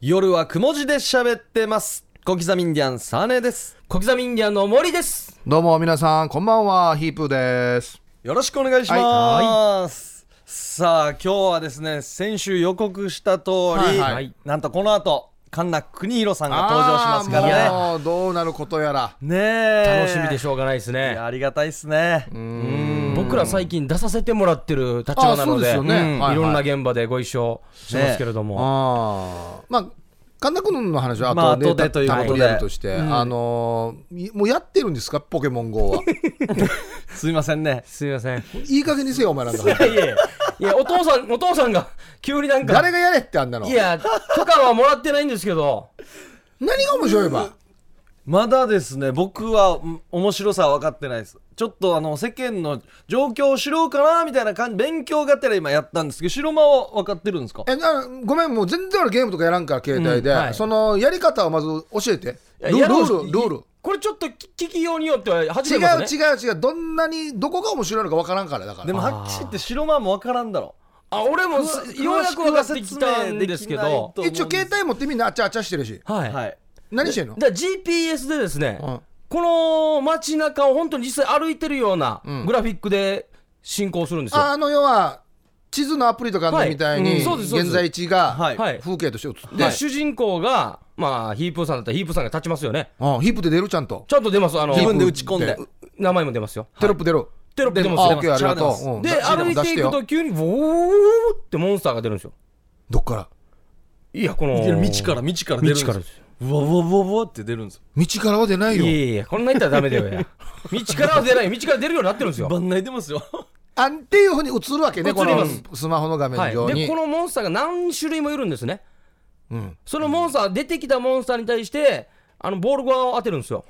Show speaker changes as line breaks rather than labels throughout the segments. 夜はくも字で喋ってます。小刻みインディアンサネです。
小刻みインディアンの森です。
どうも皆さんこんばんはヒープーです
よろしくお願いします。さあ、今日はですね、先週予告した通り、
はいはい
なんとこの後、神田邦弘さんが登場しますか
あ
らね。
ーもうどうなることやら
ねえ。
楽しみでしょうがないです
いや
ね。
ありがたいですね。
僕ら最近出させてもらってる立場なので、
あそうですよね
うん
はいはい
いろんな現場でご一緒しますけれども。
ああまあ神田君の話は
まあ
後
後
で,、
でということで
やるとして、あのーいもうやってるんですかポケモン GO は
すいませんね。
すみません。い
いい加減にせよお前なんだ
やいやいやお父さんお父さんが急になんか
誰がやれってあんなの
いや許可はもらってないんですけど。
何が面白いば
まだですね、僕はうん面白さは分かってないです。ちょっとあの世間の状況を知ろうかなみたいな感じ、勉強がてら今やったんですけど、白間は分かってるんですか
えなごめんもう全然俺ゲームとかやらんから携帯で、
うんはい
そのやり方をまず教えて
いや
ルル
やろう
ールルール
これちょっと聞きようによっては初
違
めて
う
ますね。
違う違うどんなにどこが面白いのかわからんからだから
でもはっきり言って白間も分からんだろ。
あ俺もすようやく分かってきたんですけど。
一応携帯持ってみんなあっちゃあっちゃしてるし
はい。
はい
何してんの
だから GPS でですね、
うん
この街中を本当に実際歩いてるような
うん
グラフィックで進行するんですよ。
ああの要は地図のアプリとかの
はい
みたい
うん
に
そうですそうで
現
す
在地が
はい
はい、
風景として映って、
で、主人公が、まあ、ヒープーさんだったらヒープーさんが立ちますよね。
うんヒップで出るちゃんと
ちゃんと出ます、あの
自分で打ち込んで
う
名前も出ますよ。
テロップ出る、
テロップ出
あ
ます
あ
出
オッ
ま
ケーあ
す。
りがと
知ら
う、うん、
で、
出して
歩いてい
出
く
して
と
よ
急に、ウォーってモンスターが出るんですよ。
どっから
いや、この。
いや道から道から出るんです
道からですよ
うわうわうわうわって出るんですよ
道からは出ない
いや
よ
いやいや、こんなん言ったらダメだよいや。 道からは出ない、道から出るようになってるんですよ。
番内出ますよ
あんっていうふうに映るわけね
映り
この
ます
スマホの画面
はい、
上に、
でこのモンスターが何種類もいるんですね、
ん
そのモンスター出てきたモンスターに対してあのボールを当てるんですよ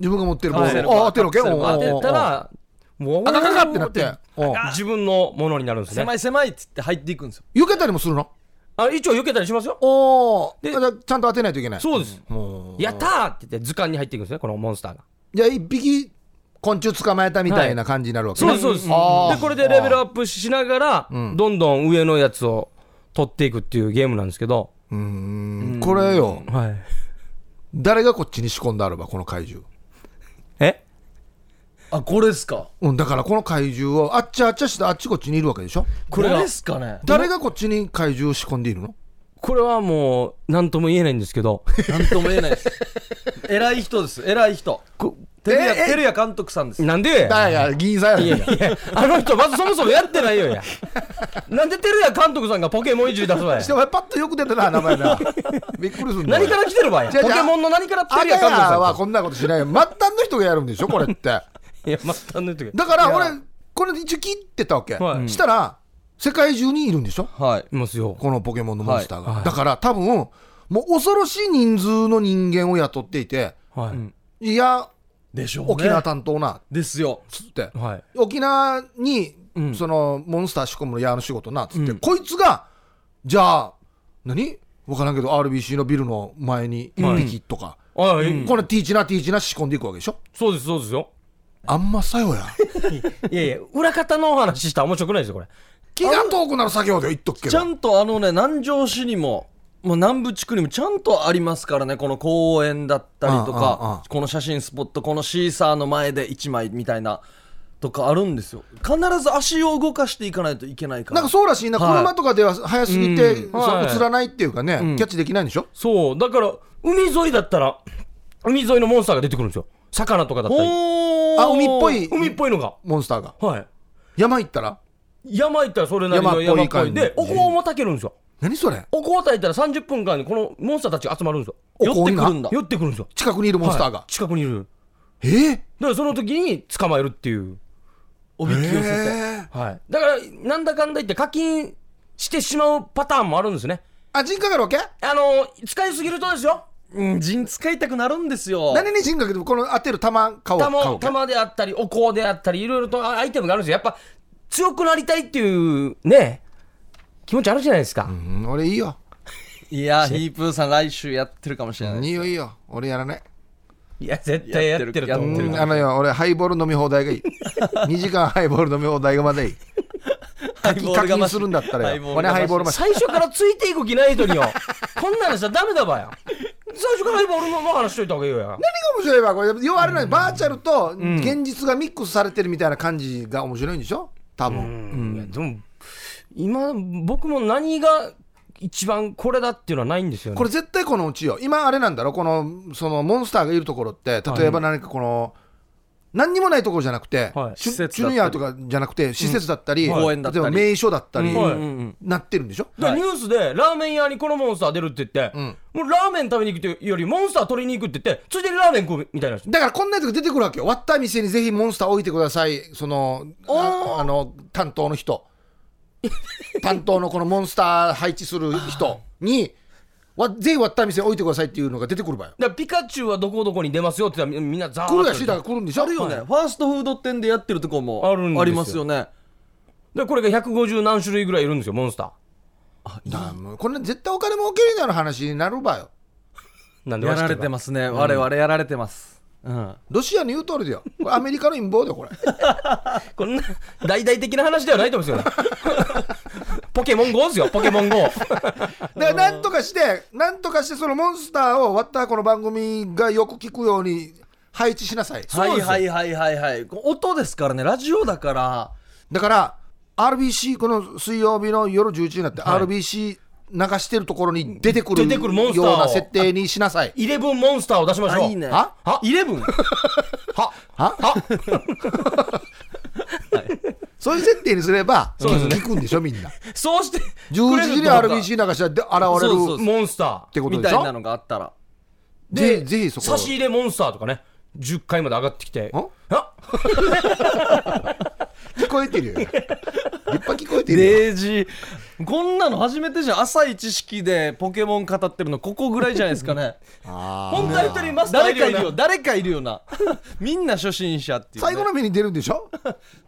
自分が持ってるボールを、
はい
ああ当てろけ
カプセル
おうおう
当
おうおう
てたらもう
あかかかってなっておう
自分のものになるんですね
狭い狭いっつって入っていくんですよ
避けたりもするの
あ一応避けたりしますよ
おおち
で
ゃんと当てないといけない
そうです、
もう
やったーって言って図鑑に入っていくんですねこのモンスターが
じゃあ一匹昆虫捕まえたみたいな感じになるわけ、
そう
ね
ですそうですで
あー
これでレベルアップしながらどんどん上のやつを取っていくっていうゲームなんですけど
うーんこれよ
はい
誰がこっちに仕込んだあればこの怪獣
え
あこれですか
うん、だからこの怪獣をあっちゃあっちゃしてあっちこっちにいるわけでしょ
こ
こ
れ
れが
ですかね
誰がこっちに怪獣を仕込んでいるの
これはもう何とも言えないんですけど
なんとも言えないです偉い人です偉い人
こ
照屋
ええ
照屋監督さんです
なん で
だや議員さん
い
や
やいや、あの人、まずそもそもやってないよ や。なんで照屋監督さんがポケモンいじり出すわや
して。お前パッとよく出たな名 前なびっくりするんだ
何から来てるわや。
違う違う
ポケモンの何から照
赤
屋
や
監督さん
は
や
こんなことしないよ末端の人がやるんでしょこれって
と。いや、全くの時。
だから俺これ一応切ってたわけ、
はい
したら世界中にいるんでしょ
はい
いますよ。
このポケモンのモンスターが、
はいはい
だから多分もう恐ろしい人数の人間を雇っていて
はい。
いや
でしょうね
沖縄担当な
ですよ
つって
はい。
沖縄に、
うん
そのモンスター仕込むのやの仕事なっつって、
うん
こいつがじゃあ何分からんけど RBC のビルの前に1匹とか、
あ
う
い
んこのティーチナティーチナ仕込んでいくわけでしょ
そうです、そうですよ。
あんまさよや
いやいや、裏方のお話したら面白くないですよ、これ。
気が遠くなる作業で言っとくけ
ちゃ
ど
んとあのね南城市にももう南部地区にもちゃんとありますからねこの公園だったりと
うんうんう
か
ん
この写真スポットこのシーサーの前で1枚みたいなとかあるんですよ必ず足を動かしていかないといけないから
なんかそうらしいな、
はい
車とかでは早すぎて、
うん
そう
はい
映らないっていうかね、キャッチできないんでしょ
そう、だから、海沿いだったら、海沿いのモンスターが出てくるんですよ。魚とかだったり。
ほー
あ海っぽい
海っぽいのが。
モンスターが
はい。
山行ったら
山行ったらそれなりの山っぽい。
山っぽい感じ
で、お香も炊けるんですよ。
何それ
お香炊いたら30分間にこのモンスターたちが集まるんですよ。
お
寄ってくるんだ
寄ってくるんですよ。
近くにいるモンスターが、
はい近くにいる
えー
だからその時に捕まえるっていう、
おびき寄せて、
えー
はい、だからなんだかんだ言って課金してしまうパターンもあるんですね
あ人格あるわけ
あの使いすぎるとですよ
うん、陣使いたくなるんですよ
何に人格でもこの当てる玉顔
弾
顔
弾であったりお香であったりいろいろとアイテムがあるんですよやっぱ強くなりたいっていうね気持ちあるじゃないですか、
うん俺いいよ
いやヒープーさん来週やってるかもしれない
いいよいいよ俺やらない
いや絶対やってると
やって
思
る
う
うんあのよ俺ハイボール飲み放題がいい2時間ハイボール飲み放題がまだいい課金課金するんだったら
ハイ
よ。
ボールが
これハイボールマシ
最
ン。
初からついていく気ない人によ。 こんなのしたらダメだばよ。最初から今俺の話しといた方がいいよや。
何が面白いわ、これ。要はあれなんバーチャルと現実がミックスされてるみたいな感じが面白いんでしょ多分。
いやでも今僕も何が一番これだっていうのはないんですよね。
これ絶対このうちよ。今あれなんだろこの、そのモンスターがいるところって、例えば何かこの、何にもないところじゃなくて、
はい
シュ
施設だったり
ジュニアとかじゃなくて、施設だったり、
うん公園だったり
例えば名所だったり、
はい
なってるんでしょ
でニュースでラーメン屋にこのモンスター出るって言って、もうラーメン食べに行くというよりモンスター取りに行くって言ってついでにラーメン食うみたいな人
だからこんなやつが出てくるわけよ。割った店にぜひモンスター置いてください。その、ああの、担当の人。担当のこのモンスター配置する人に、わぜひ割った店に置いてくださいっていうのが出てくるわよ。
だからピカチュウはどこどこに出ますよって言ったらみみんなザーッ
来
と
るやし、だから来るんでしょ
あるよね、ファーストフード店でやってるとこも
あるんですよ
ありますよね
でこれが150何種類ぐらいいるんですよモンスタ
だからもうこれ絶対お金儲けるような話になるわよ。
ーなんで
やられて
す
ますね我々やられてます、うん
ロシアの言う通りだよ。これアメリカの陰謀 だよ、これ。
こんな大々的な話ではないと思うんですよね ポケモン GO ですよポケモン GO
だからなんとかして、なんとかしてそのモンスターを割ったこの番組がよく聞くように配置しなさい。
はいはいはいはいはい音ですからねラジオだから
だから RBC この水曜日の夜11時になって RBC 流してるところに出てくる
出てくるモンスターを
ような設定にしなさい
イレブンモンスターを出しまし
あ
ょう
いいね
は
は
イレブン
は
は そういう設定にすれば
そうですね
聞くんでしょみん な
そうして
11時に RBC 流したらで現
そうそ
れ
う
るっ
モンスター
てこ
み
とで
た
し
いなの
ょ
があったら
ぜひぜひそこ
差し入れモンスターとかね10回まで上がってきて
ん
あ
聞こえてるよ立派聞こえてるよ
デージーこんなの初めてじゃん浅い知識でポケモン語ってるのここぐらいじゃないですか ね
本当は一人マスター
誰
いるよ
か
ね
いるよ誰かいるよな みんな初心者っていうね、
最後の目に出るんでしょ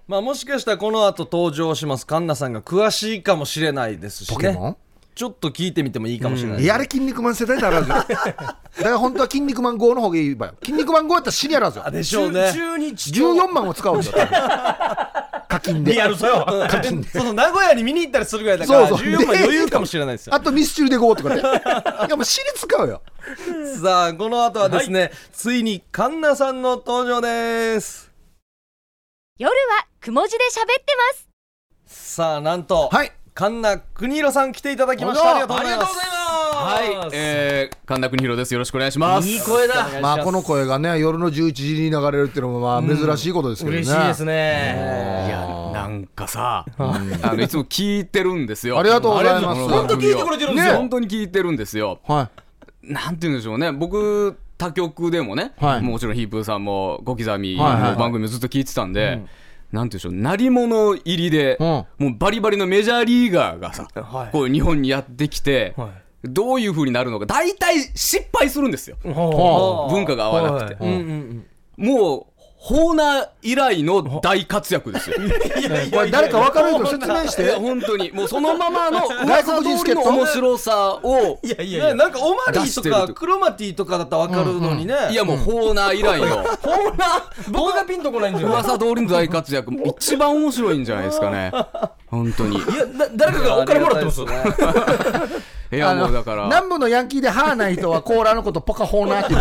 まあもしかしたらこの後登場しますカンナさんが詳しいかもしれないですしね
ポケモン
ちょっと聞いてみてもいいかもしれない、
やれ筋肉マン世代だらずだから本当は筋肉マン5の方がいいわよ筋肉マン5やったら死にやらずよ
あでしょうね
中中日
14万を使うんだよ多分課金で
リアルさよ
課金で
その名古屋に見に行ったりするぐらいだから
そうそう
14万余裕かもしれないですよ
あとミスチルで5とかでいやもう尻使うよ
さあこの後はですね、ついにカンナさんの登場です
夜はくも字で喋ってます
さあなんと、
はい
カンナ国広さん来ていただきまし
どう
たあ
も
りがとうございます
は
はい、えー、神田邦弘です。よろしくお願いします。
いい声だ
お願いし
ま
ます
あこの声がね夜の11時に流れるっていうのもまあ珍しいことですけどね、
嬉しいです
ね
ね
いや、なんかさ、あのいつも聞いてるんですよ。
ありがとうございます
本当聞いてくれてるんですよ
ね本当に聞いてるんですよ。
は
なんて言うんでしょうね。僕他局でもね、
はい
もちろんヒープーさんも小刻みの
はいはいはい
番組をずっと聞いてたんで。なんて言うんでしょう鳴り物入りで、
うん
もうバリバリのメジャーリーガーがさ、
はい
こう日本にやってきて、
は
どういう風になるのか大体失敗するんですよ、
ほ
文化が合わなくて、
うんうんうん
もう、ホーナー以来の大活躍ですよ。
いこれ誰か分かる人説明し
いや
て
本当に、もうそのままの噂
外国人
通
助
り
っ
の
人
面白さを、
ういやい
い
や
や
いや
なんかオマリ
出し
ー
て
と
るっ
か
て
クロマティとかだったら分かるのにね、
いやもうホーナー以来の
ほんな僕がピンとこないんですよ
噂通りの大活躍、一番面白いんじゃないですかね。本当に。
いやだ誰かがお金もらってます
いやありがたいですね
いやもうだから、
南部のヤンキーで歯ない人はコーラの ことポカホーナーって言う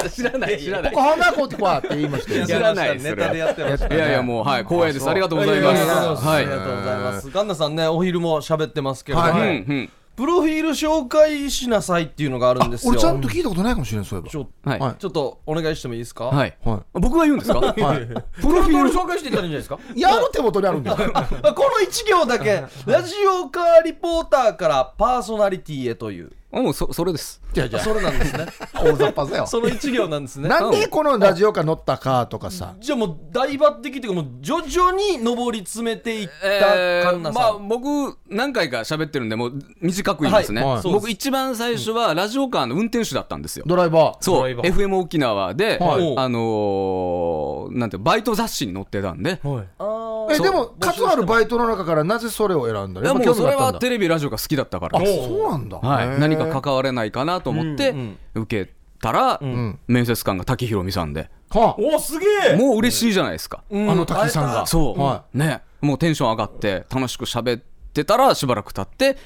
んですよ
知らない、知らな
ポ。カホーナーこうってこわって言いましたよ
いや知らないです
ネタでやってました
いやいやもう、はい、光栄です。ありがとうござい
あ
ま
り
す。
がとうございます
は
ありがとうござい
い。
ますガンナさんねお昼も喋ってますけれども、
は
う
い
ん、
は
うん。
プロフィール紹介しなさいっていうのがあるんですよ
俺ちゃんと聞いたことないかもしれないそういえ
ちょ
はい。
は
ちょっとお願いしてもいいですか、
はいはい。
ばは
僕が言うんですかプ
い、は
ロ
こ
フィー
の
ル
通り紹介していただいたんじゃない
い、いやあの手元にあるんだよ
あこの一行だけラジオカーリポーターからパーソナリティへという
あもうそ、それです。
あそれなんですね
大雑把だ よ
その一行なんですね
なんでこのラジオが乗ったかとかさ
じゃあもう大抜擢というかもう徐々に上り詰めていった
え
カ
ー
ンナ
ま
さ
あ、
ん、
僕何回か喋ってるんでもう短く言いますね、
はいはい
僕一番最初はラジオカーの運転手だったんですよ、
ドライバー
そ
ド
う
ライバー
FM 沖縄で、
はい
あのーなんてバイト雑誌に載ってたんで、
ですか
あー
え
そう
でも数あるバイトの中からなぜそれを選んだの
い
やっ
や
ぱ
もう
興味
そ
があ
れ
ったん
は
だ
テレビラジオが好きだったから
あ、そうなんだ。
はい、何か
か。
関われないかなと思って受けたら、面接官が滝ひろみさんで
は
おすげえ
もう嬉しいじゃないですか。
うん
あの滝さんが。
そう、
は
ねもうテンション上がって楽しく喋ってたらしばらく経って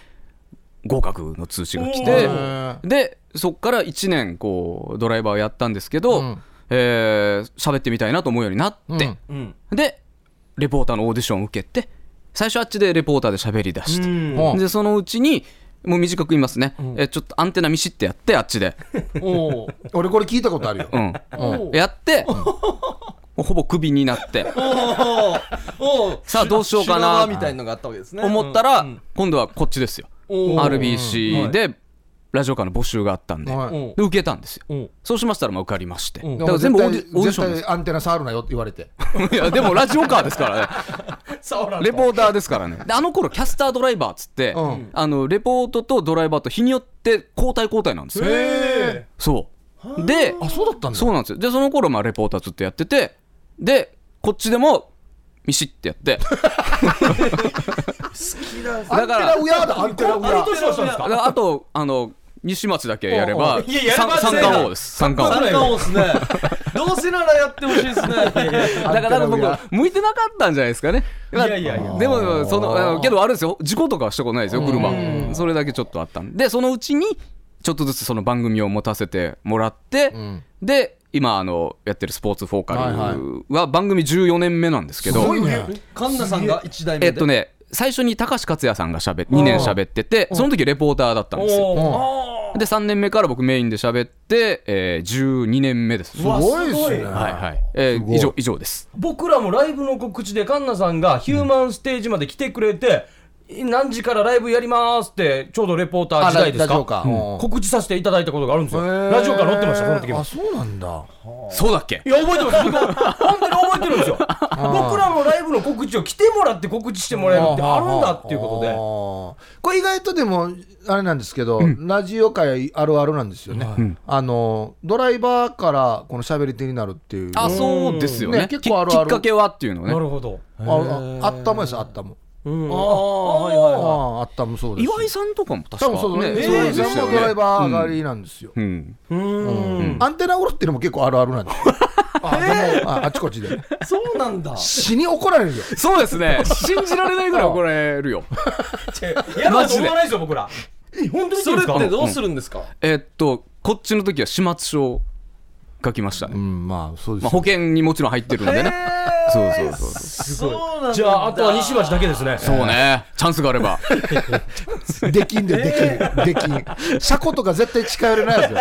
合格の通知が来
で
い。
て
へー
でそっから1年こうドライバーをやったんですけど、
うん
えー喋ってみたいなと思うようになって、
うん
でレポーターのオーディションを受けて最初あっちでレポーターで喋りだして、
うん
はあ
でそのうちにもう短く言いますね、
ん
えちょっとアンテナ見知ってやってあっちで、
おー
俺これ聞いたことあるよ。
うん、
おー
やってほぼクビになって
おーおー
さあどうしようかな
修羅場みたいのがあったわけですね
思ったら、
うんうん
今度はこっちですよ
おー
RBC でラジオからの募集があったんで,、
はい
おー
で受けたんですよ
おー
そうしましたらまあ受かりまして、
うん
だから全部オーディ
絶
オー
対
ディションで
絶対アンテナ触るなよって言われて。
すいやでもラジオカーですからね レポーターですからねであの頃キャスタードライバーっつって、
うん
あのレポートとドライバーと日によって交代交代なんですよ
へ
そうで
あ、そうだったんだ。
そうなんですよでその頃まあレポーターずっとやっててでこっちでもミシって やって
アンテナ裏だ、アンテナ裏。
年はしたんです
ああとあの西松だけやれば
おうおういややれば
三三冠王です三
ー
冠王
参加王ですねどうせならやってほしいですね
だから多分僕
アンテナ
向いてなかったんじゃないですかねい
いやいやいや
でもそのあのけどあるんですよ事故とかはしたことないですよ車それだけちょっとあったんででそのうちにちょっとずつその番組を持たせてもらって、
ん
で今あのやってる「スポーツフォー
は
カ
い
ル」は番組14年目なんですけ
す
ど、
ごいね。
神田さんが一代目
え
で
っとね最初に高橋克也さんがしゃべ2年喋っててその時レポーターだったんですよ
うん
で3年目から僕メインで喋って、えー、12年目です
すごいですす
ごい
ね。
はいはい、えー
すごい
以上以上です
僕らもライブの告知でカンナさんがヒューマンステージまで来てくれて、何時からライブやりますってちょうどレポーター
あ、
時代です
ラジ
か
オか。うん
告知させていただいたことがあるんですよ
へー
ラジオから載ってましたその時も
あ、そうなんだ。
そうだっけ
いや覚えてます僕本当に覚えてるん ですよ僕らもライブの告知を来てもらって告知してもらえるってあるんだっていうこと
あ
で
ーこれ意外とでもあれなんですけど、ラジオ界あるあるなんですよね、あのドライバーからこの喋り手になるっていう
あそうですよね
ね結構あるある
ききっかけはっていうの
な
ね
るほど
あああったもですあったも
ああはいはい
あ
は
ああったもそうです
岩井さんとかも確
多
か
分そう
ね
ね、
そう
そう
です
全
よ
部ドライ
ね
バー上がりなんですよ、
うん
うんアンテナ裏っていうのも結構あるあるなんですよあでもああちこちで
いそうなんだ
死に怒られるよ
そうです ね信じられないぐらい怒られるよ
やらないと思わないですよ僕ら本当に
それってどうす
る
るんですか
えっとこっちの時は始末書を書きましたね、
うんまあそうです
まあ、
よ、
保険にもちろん入ってるんでね、そうそうそうそ
そう
う
なんだ
じゃああとは西橋だけですね
そうねチャンスがあれ ば
できんでできん、できん車庫とか絶対近寄れないです よ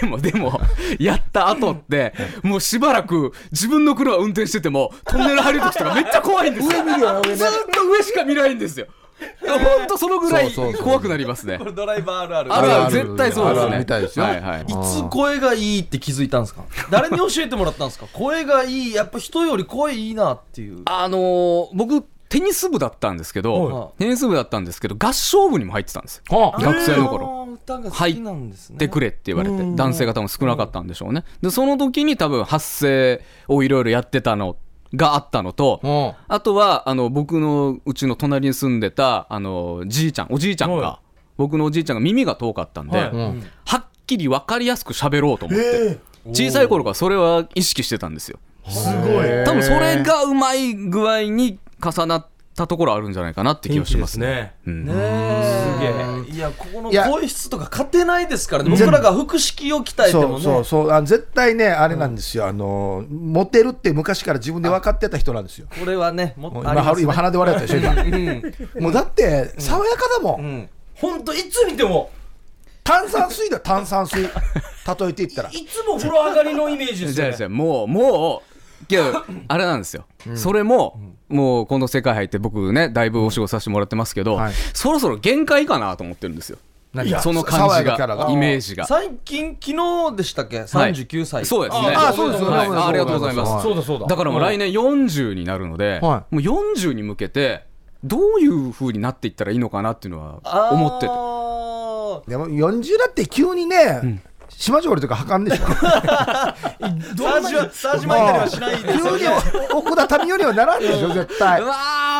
でもでもやった後ってもうしばらく自分の車運転しててもトンネル入る時とかめっちゃ怖いんですよ
上見るよ上ね
ずーっと上しか見ないんですよ。ほんとそのぐらい
そうそうそう
怖くなりますね
こ。れドライバーあるある
あるあ
あるあ
る
る
絶対そうで
あ
す
るあ
ね。
るみたいですよ
はいはい
い。つ声がいいって気づいたんですか誰に教えてもらったんですか声がいいやっぱ人より声いいなっていう
あのー僕テニス部だったんですけ
は
ど、テニス部だったんですけど合唱部にも入ってたんですよ。
は
学生の頃。
あー歌が好きなんですね
ってくれって言われて男性が多分少なかったんでしょうねでその時に多分発声をいろいろやってたのがあったのと、
あうん
あとはあの僕のうちの隣に住んでたあのじいちゃんおじいちゃんが、
は
僕のおじいちゃんが耳が遠かったんで、
はい
は
うん
っきり分かりやすく喋ろうと思って、小さい頃からそれは意識してたんですよ
すごい
多分それがうまい具合に重なったところあるんじゃないかなって気がしますね
ね
うん
ねえいやここの声質とか勝てないですからね僕らが腹式を鍛えて
そ
も
うそう
ね
そうあの絶対ねあれなんですよ、あのモテるって昔から自分で分かってた人なんですよ
これはねもっ
もう
と
今,、
あります
今鼻で笑ったでしょ今
うん
もうだって爽やかだもん、
うん
本当いつ見ても
炭酸水だ炭酸水例えていったら
いつも風呂上がりのイメージです
じ
よ
ゃあ
ね
じゃあもうもう けどあれなんですよ、それも、もうこの世界入って僕ねだいぶお仕事させてもらってますけど、
はい
そろそろ限界かなと思ってるんですよ
何が
その感
爽や
じ
かキャラ
が
が
イメージが
最近昨日でしたっけ39歳
そうですね
ああそうですよね
はい
そうです
あありがとうございます
は
そうだそうだ
だからもう来年40になるので、
は
もう40に向けてどういう風になっていったらいいのかなっていうのは思って
て
て
でも40だって急にね、島上りとかはか んでしょ
サージはサージ巻いたりはしないですよ
急に奥田民生にはならんでしょ絶対
うわ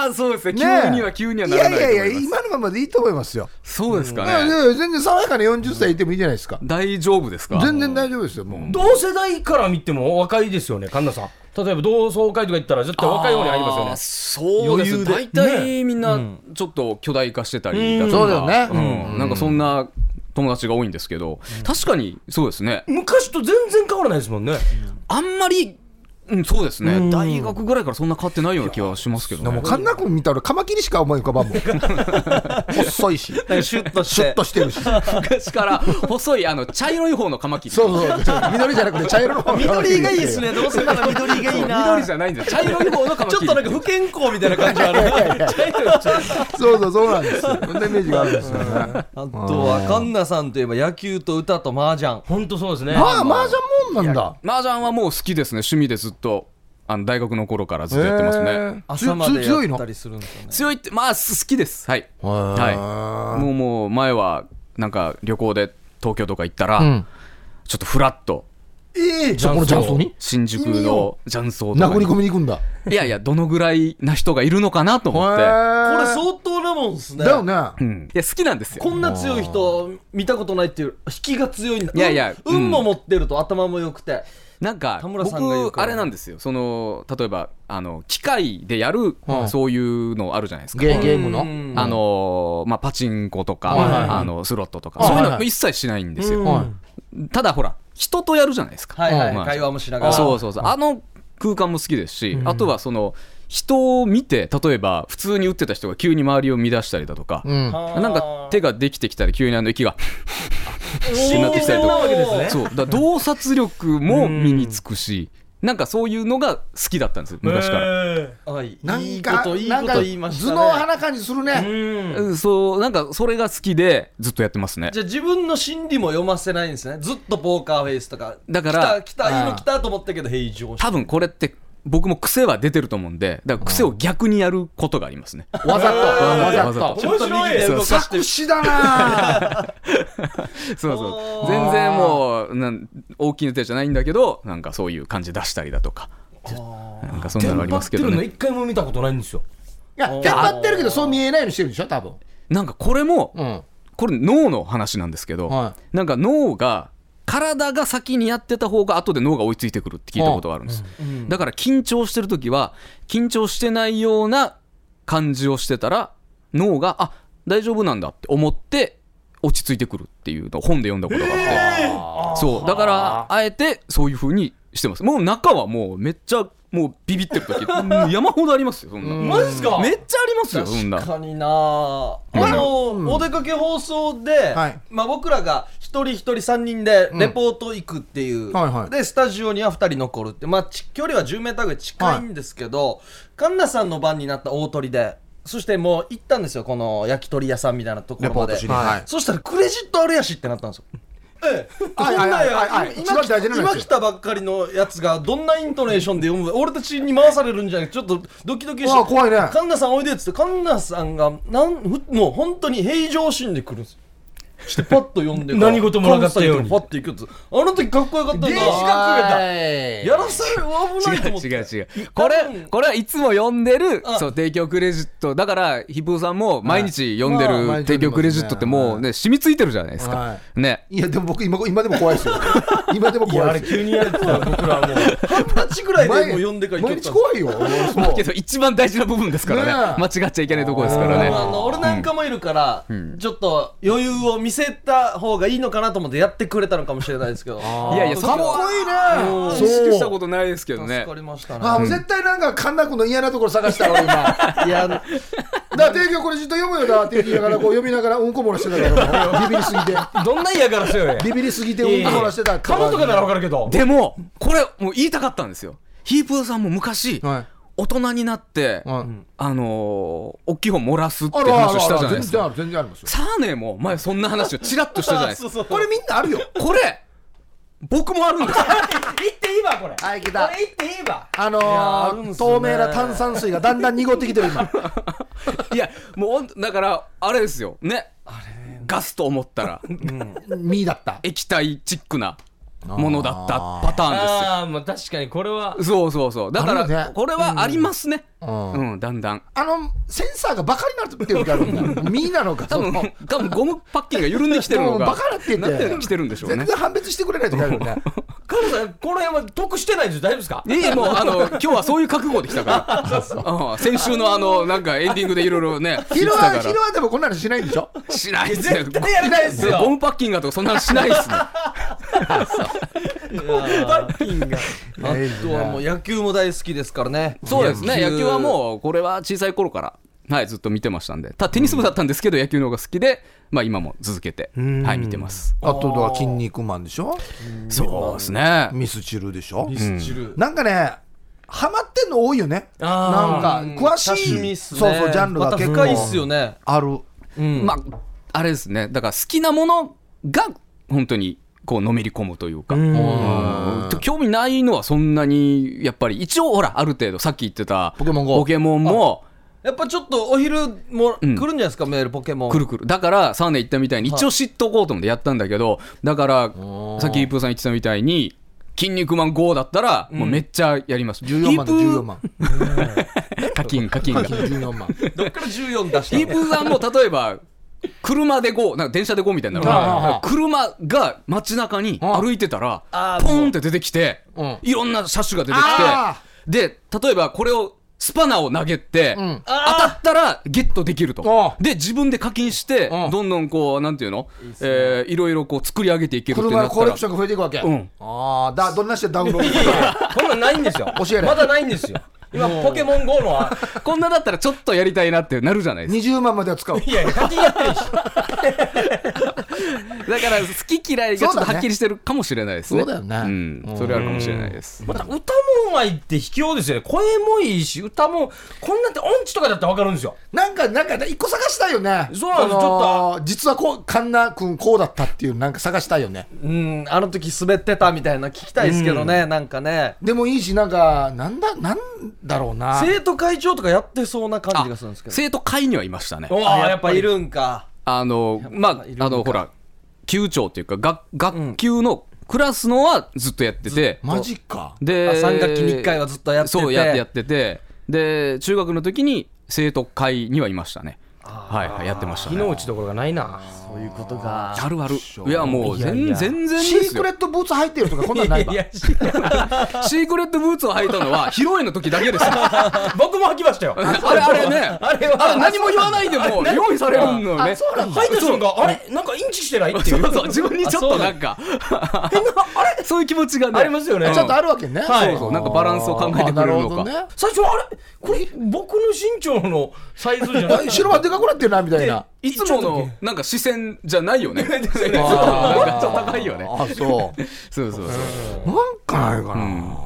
ーそうですね
ねえ
急には急にはならないと思いま
や
す
いやいや今のままでいいと思いますよ、
そうですか
いやい
ね
やいや全然爽やかな40歳いてもいいじゃないですか
大丈夫ですか
全然大丈夫ですよもう
同世代から見ても若いですよね、神田さん。例えば同窓会とか行ったら、絶対若いように入りますよね。
すよねそうです
余
大
裕で
体みんなちょっと巨大化してたりだとか
うんそうだよね
うんなんかそんな友達が多いんですけど確かにそうですね
昔と全然変わらないですもんね。
あんまりうんそうですね大学ぐらいからそんな変わってないような気はしますけど
でも
ね
神田君見たらカマキリしか思い浮かばんもん細いしシ
なんかシュッとし
ュッ
て
としてるし
昔から細いあの茶色い方のカマキリ
そうそうそう緑じゃなくて茶色の方が
緑がいいですねどうせなら緑がいいな
緑じゃないんですよ茶色い方のカマキ
ち
リ
ょっとなんか不健康みたいな感じがある
そうそうそうなんですよそんなイメージがあるんですよね
あとはカンナさんといえば野球と歌と麻雀
本当そうですね。
ああ麻雀もんなんだ
麻雀はもう好きですね趣味でずっとあの大学の頃からずっとやってますね、
へー
朝まで
つ強い
やっ
の
たりするんですよね
強いってまあす好きですはい、はい、もうもう前はなんか旅行で東京とか行ったら、
うん
ちょっとフラッと
ええじゃあこの雀荘に
新宿の雀荘とか
殴り
に
込みに行くんだ
いやいやどのぐらいな人がいるのかなと思っ
こ
て、
れ
こ
相当なもんですね
だよね
うん、いや好きなんですよ
こんな強い人見たことないっていう引きが強いんだ
いやいや
うん
うん
運も持ってると頭も良くて
なんか
田村さんが言う
僕
から
あれなんですよその例えばあの機械でやる、
うん
そういうのあるじゃないですか
ゲーゲーム
う
の
ん
あのーまあ、パチンコとか、
はいはいはい
あのスロットとか、
はいはい
そういうの一切しないんですよ、
うん
はい
ただほら人とやるじゃないですか、
はいはい、
まあ
会話もしながら
そうそうそうあの空間も好きですし、あとはその人を見て例えば普通に打ってた人が急に周りを乱したりだとか、
うん
はあ
なんか手ができてきたり急にあの 息が
新
なってきたり
鮮
とか
なわけですね
そうだから洞察力も身につくし、なんかそういうのが好きだったんですよ昔から。
ら。
はい
ないん
い
か
こといい
な
こ
ん
と
か
言いました
頭
ね
脳鼻感じするね
うん。
うんそうなんかそれが好きでずっとやってますね
じゃあ自分の心理も読ませないんですねずっとポーカーフェイスとか
だから
来た来たいいの来たと思ったけど平常心
多分これって僕も癖は出てると思うんでだから癖を逆にやることがありますね
わざとわざ
わざ
と
と
ちょっと右で動かして
作詞だな
そうそう全然もうなん大きな手じゃないんだけどなんかそういう感じ出したりだとかなんかそんなのありますけ
テ
ど
ンパってるの
ね
一回も見たことないんですよ。
いやテンパってるけどそう見えないようにしてるでしょ多分
なんかこれも
うん
これ脳の話なんですけど、
は
なんか脳が体が先にやってた方が後で脳が追いついてくるって聞いたことがあるんです、だから緊張してる時は緊張してないような感じをしてたら脳があ大丈夫なんだって思って落ち着いてくるっていうのを本で読んだことがあって、そうだからあえてそういう風にしてますもう中はもうめっちゃもうビビってる時 うん山ほどありますよそんな
マジっすか
めっちゃありますよそんな
確かになああの、お出かけ放送で、
はい
まあ、僕らが一人一人3人でレポート行くっていう、
はいはい
でスタジオには2人残るって、まあ、ち距離は 10m ぐらい近いんですけど、カンナさんの番になった大鳥でそしてもう行ったんですよこの焼き鳥屋さんみたいなところまで
レポートしにはい
そしたらクレジットあるやしってなったんですよ。ええ、そんなん
はいはいはいは
や
い
今
一番大事なの
今
で
来
すよ
たばっかりのやつがどんなイントネーションで読む俺たちに回されるんじゃなくてちょっとドキドキして
うわ怖いね
神田さんおいでっつって神田さんがなんふもう本当に平常心で来るんですよしてパッと読んで
何事もなかったように
パッと行くっつうあの時かっこよかった
電
な
子がくれ
やらせる危ないと思って
違う違う違うこれこれはいつも読んでる
あ
そう提供クレジットだからヒップーさんも毎日読んで
はいまあ
る提供クレジットってもうね染みついてるじゃないです
は
かね
いやでも僕今今でも怖いですよ今でも
いや、あ
怖
れ
いです
急にやるってたら僕らはも
二
う。
十歳ぐらいでもう
前
読んでから行
毎
け
日
たんです
怖いよ 俺そう
けど一番大事な部分ですからね
ね
間違っちゃいけないとこですからね
あの俺なんかもいるから、ちょっと余裕を見せた方がいいのかなと思ってやってくれたのかもしれないですけど
いやいや
そ
そ
こ
こ
は
は
怖いね
意識した
そう
ことないですけど
助
ね
かりましたね
あもう絶対なんか神田君の嫌なところ探したわ今
いや
だから提供これずっと読むよだって言いながらこう読みながらうんこ漏らしてたから もうビビりすぎて
どんな嫌がらせよ、や。
ビビりすぎてうんこ漏らしてた
カモとかならわかるけど。
でもこれもう言いたかったんですよヒープーさんも昔
はい
大人になって
うん
あのー大きい方漏らすって
あるあ
話
る
をした
あ
じ
る
ゃない
全
です
然あ
か
る全然ありますよ
サーネも前そんな話をちらっとしたじゃないです か
これ
みんなあるよ
これ僕もあるん ですよ
言っていいわ、これ。
はい来た
これ言っていいわ。
あの
いやあるんす
ー
ね
透明な炭酸水が だんだん濁ってきてる今
いやもうほんとだからあれですよねガスと思った ら
ミーだった。
液体チックなものだったパターンですよ
ああ、まあ確かにこれは。
そうそうそうだか
あるよ
ら
ね
これはありますねう
うん
ん、だんだん
あの、センサーがバカになるっていう時あるんだ。ミーなのか、
多
その
分多分ゴムパッキンが緩んできてるの
もう
が
バカなってんだよ
なきてるんでしょう
全
ね
然判別してくれない時あるよね。
カルさん、この辺は得してないんですよ。大丈夫ですか
いやいやもうあの今日はそういう覚悟できた からうん先週のあのなんかエンディングでいろいろね
昼
言っ
は、
てたか
昼はでもこんなのしないんでしょ
らしないっすね
絶対やりないですよ
ゴムパッキンがとかそんなのしないっすね
パッキンが。
あとはもう野球も大好きですからね
そうですね
野球
野球はもうこれは小さい頃からはいずっと見てましたんでただテニス部だったんですけど野球の方が好きでまあ今も続けてはい見てます
あとは筋肉マンでしょ
そうですね
ミスチルでしょ
ミスチル、
なんかね、ハマってんの多いよね。なん
あ
か、詳し
趣味
い、
っす
そ
ね
うそう、ジャンルが結
また深いっす
構
よね
ある。
まああれですねだから好きなものが本当にこうのめり込むというかうんと興味ないのはそんなにやっぱり一応ほらある程度さっき言ってた
ポケモン GO
ポケモンも
やっぱちょっとお昼も来る
ん
んじゃないですか、メールポケモン
くるくるだからサーネ言ったみたいに一応知っとこうと思ってやったんだけどだからさっきリプーさん言ってたみたいに「筋肉マン GO」だったらもうめっちゃやります、
14万で
リプ
14万。
課金課金課金
14万。
どっから14出した
リ
の
プーさんも例えば車で GO なんか電車で GO みたいになるから車が街中に歩いてたら
あー
ポンって出てきて
うん
いろんな車種が出て
あ
きてで例えばこれをスパナを投げて、
ん
当たったらゲットできると
う
で自分で課金して
うん
どんどんこうなんていうのえーいろいろこう作り上げていけるって
車
な
の
った
コレ
ら
クションが増えていくわけ。
うん
ああ、だ、どんなしてダウンロードす
い
る
やいやこんなんないんですよ。
教えろ
まだないんですよ。今、ポケモン GO の は。
こんなだったらちょっとやりたいなってなるじゃないですか
?20 万までは使う。
いやいや、課金やってるし。
だから好き嫌いがちょっとはっきりしてるかもしれないですね。
そうだよね
ん
うん
それあるかもしれないです。
また歌もうまいって卑怯ですよね。声もいいし、歌も、こんなんって音痴とかだってわかるんですよ。
なんか、なんか、一個探したいよね。
そうなんです
あの
ち
ー
ょ
実はこう、カンナ君こうだったっていう、なんか探したいよね。
うんあの時滑ってたみたいな聞きたいですけどね、なんかね
でもいいし、なんか、なんだ、なんだろうな。
生徒会長とかやってそうな感
あ
じがするんですけど
生徒会にはいましたね。
お
あ
ー
やっぱい。るんか
あの、ま
いるのか
あ、あの、ほら、級長っていうか、学、学級のクラスのはずっとやってて、
マジか。
で、
あ三学期に一回はずっとやってて
そう、やってやってて、で、中学の時に生徒会にはいましたね。はいはい、やってました
火の
ね。
打ちどころがないな。
そういうことが
あるある。いや、もう、
いやい
全
や
全然
シ
です
ーク
よ
レ。ットブーツ入ってるとか、こんなんないわ。
いやいや知らない
シークレットブーツを履いたのは、披露宴の時だけですよ。
僕も吐きましたよ。
あれあれね。
あれは
あれ何も言わないでも用意されるのよね。
あそうなんだ
入った瞬間、あれなんかインチしてないっていう。
そうそう自分にちょっとなんかあれそういう気持ちがね
ありますよね
うん
ちゃんとあるわけね。
はい
そうそうなんかバランスを考えてくれるのか
あなるほどね。
最初、あれこれ僕の身長のサイズじゃな
あ
い
白はでかくなってるな、みたい な。
いつものなんか視線じゃないよね そうなんかちょっと高いよね
あ、そう。
そうそうそう
なんかないかな。
ね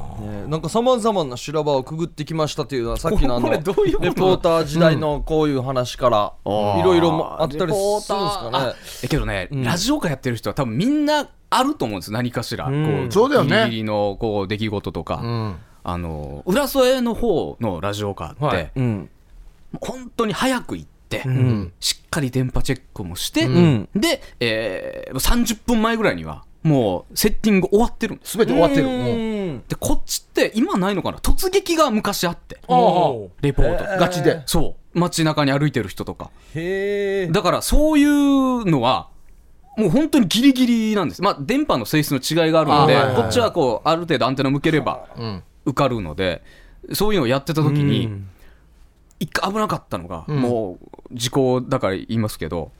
なんかさまざまな修羅場をくぐってきましたというのはさっきのあの
これどういうこと
レポーター時代のこういう話から
あー
いろいろもあったりするんで
レポー
す
ター
か
あえけどね、ラジオかやってる人は多分みんなあると思うんです何かしら、こう
そうだよね
ギリギリのこう出来事とか、
ん
あの浦添の方のラジオカーって、
はい
ねうん
本当に早く行って、
ん
しっかり電波チェックもして、
ん
で、えー30分前ぐらいにはもうセッティング終わってるんです
すべて終わってる。
う
うん
ん
でこっちって今ないのかな突撃が昔あって
おー
レポート、
ガチで。
そう街中に歩いてる人とか
へえ
だからそういうのはもう本当にギリギリなんですまあ電波の性質の違いがあるので、
あーはいはいはい
こっちはこうある程度アンテナ向ければ
うん。
受かるのでそういうのをやってた時に、一回危なかったのが、
ん
もう時効だから言いますけど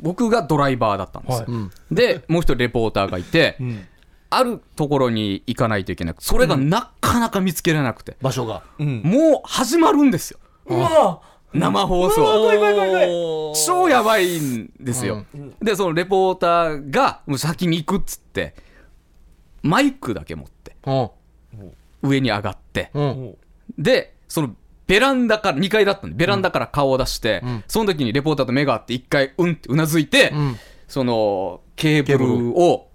僕がドライバーだったんですよ、
ん
でもう一人レポーターがいて、あるところに行かないといけなくそれがなかなか見つけられなくて、
場所が。
もう始まるんですよ
うわ
生
う
放
わ
送
怖い怖い怖い怖い
おー
超やばいんですよ、でそのレポーターがもう先に行くっつってマイクだけ持って
うん。
上に上がって、
うん。
で、そのベランダから、2階だったんで、ベランダから顔を出して、その時にレポーターと目が合って、一回、うんってうなずいて、
ん
そのケーブルを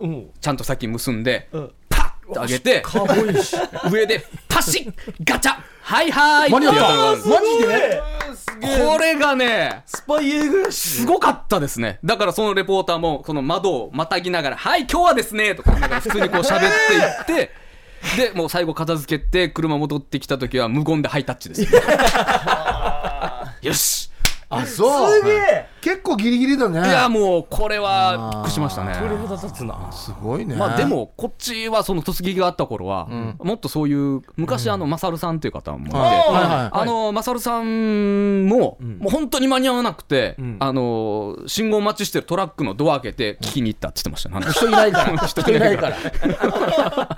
うん
ちゃんと先に結んで、
ん
パッと上げて、 上で、パシッガチャはいはーい
間に合った
てやったのがあるんです
マジです
これがね、
スパイ映画やし
すごかったですね。だからそのレポーターも、この窓をまたぎながら、はい、今日はですねとか、なんか普通にこう喋って いって、で、もう最後片付けて、車戻ってきた時は無言でハイタッチです。よし
あそう
すげえ
結構ギリギリだね
いや、もう、これは、びっくりしましたね。
立つな
すごいね
まあでもこっちはその突撃があった頃は、もっとそういう昔あのマサルさんっていう方もいて、
はいはい
あのマサルさんも、もう本当に間に合わなくて、
ん
あの信号待ちしてるトラックのドア開けて聞きに行ったって言ってましたね話
人いない から人いないから
やっぱ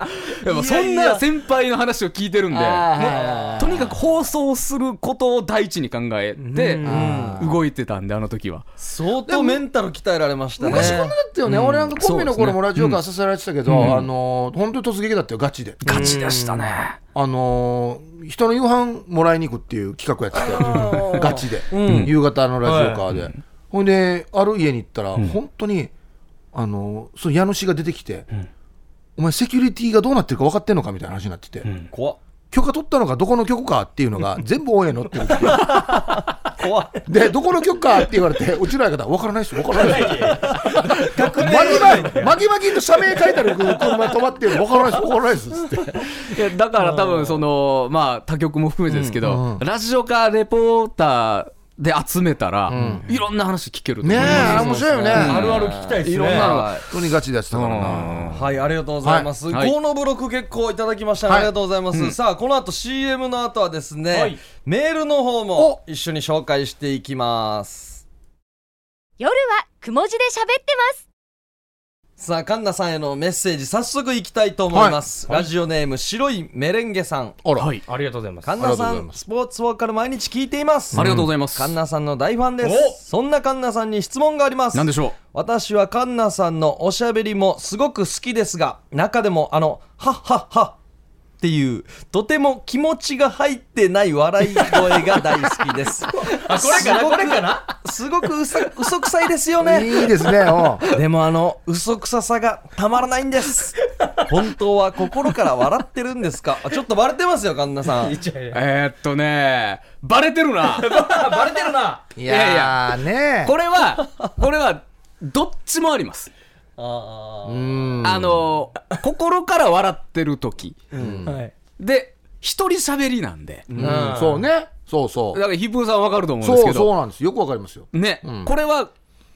そんな先輩の話を聞いてるんで
あーはい
もうとにかく放送することを第一に考えて動いてたんであの時は
相当メンタル鍛えられましたね
昔こんなだったよね、俺なんかコンビの
そうで
頃
すね
もラジオからさせられてたけど、あのー本当に突撃だったよガチで
ガチでしたね
あのー人の夕飯もらいに行くっていう企画やっててガチで、夕方のラジオカーで、ほんである家に行ったら、本当にあのーその家主が出てきて、お前セキュリティがどうなってるか分かってんのかみたいな話になってて、
怖っ
許可取ったのかどこの許可かっていうの が全部オンエアに載ってるんですよ
怖っ
でどこの許可かって言われてうちの相方分からないですよ分からないですよマギマギマギマギと社名書いてある車止まってるの分からないです分からないですっつって
いやだから多分そのまあ他局も含めてですけど、ラジオかレポーターで集めたら、いろんな話聞けると思
ね
い
え
ます
面白いよね、
あるある聞きたいですね
いろんなのが
本当にガチでやってたからな
はい、ありがとうございます。
はいはい
このブロック結構いただきましたね、
はい
ありがとうございます。さあ、この後 CM の後はですね、
はい
メールの方も一緒に紹介していきます。
夜はくも字で喋ってます
さあ、カンナさんへのメッセージ、早速いきたいと思います。ラジオネーム、白いメレンゲさん。
あら、
ありがとうございます
カンナさ
ありがとうござい
ん
ま、
スポーツウォーカル毎日聞いています。
ありがとうございます、
カンナさんの大ファンです。そんなカンナさんに質問があります。
なんでしょ
私はカンナさんのおしゃべりもすごく好きですが中でもあの「はっはっは」っていうとても気持ちが入ってない笑い声が大好きです
あこれかなこれかな
すごくうさ嘘くさいですよね
いいですねおう
でもあの嘘くささがたまらないんです本当は心から笑ってるんですかあちょっとバレてますよカンナさん
いやいうや
えー、っとねバレて るな
あバレてるない
やい
やーね
これはこれはどっちもあります、
あ
うん
あの心から笑ってる時
はい
で一人喋りなんで
うんそうねそうそ
だからひぶさんわかると思
う
うんで
そ
すけ
う
ど
そうなんですよくわかりますよ
ね、これは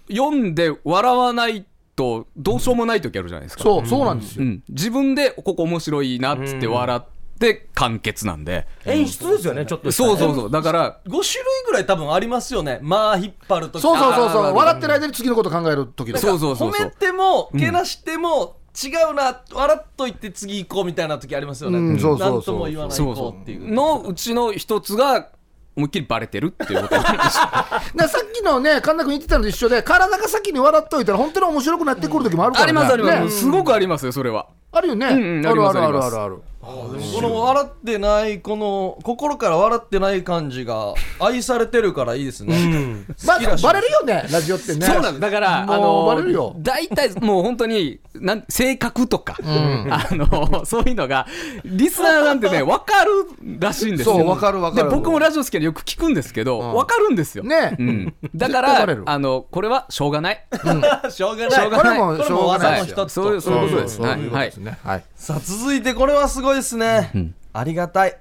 読んで笑わないとどうしようもない時あるじゃないですか、
そうそうなんです
う
よ
ん、自分でここ面白いなっつって笑って完結なんで、
演出ですよねちょっとした
そうそうそうだから
5種類ぐらい多分ありますよねまあ引っ張るとき
そうそうそうそう
あー
笑ってる間に次のこと考える時だ
そうそうそう
褒
そ
め
う
てもけなしても、違うな笑っといて次行こうみたいな時ありますよね、
うんそうそうそう
なんとも言わない
そう
こ
そう
っ
う
ていう
のうちの一つが思いっきりバレてるっていうことなんです
なさっきのね神田君言ってたのと一緒で体が先に笑っといたら本当に面白くなってくる時もあるから
あ
ね
りますあります、
ね
すごくありますよそれは
あるよねあ
んうんあり
るあ
ます
るあ
あり
る
ます
あるある
この笑ってないこの心から笑ってない感じが愛されてるからいいですね、
まあ
きらしい
バレるよねラジオってね
そうなんですだからあ
もうバレる
の
よ
大体もう本当になん性格とか、 あのそういうのがリスナーなんてね分かるらしいんですよ
そうわかるわかる
で僕もラジオ好きでよく聞くんですけど、
ん
分かるんですよ、
ね
うん、だ
絶
か
対バレ
ら
る
あのこれはしょうがない
しょうが
し
な
ょ
いう
がない
これもしょうがない
これも技の一つと
そういうそういうことです
そう
は
いう
い
こと
は
で
い
すねはい
さあ続いてこれはすごいですね、ありがたい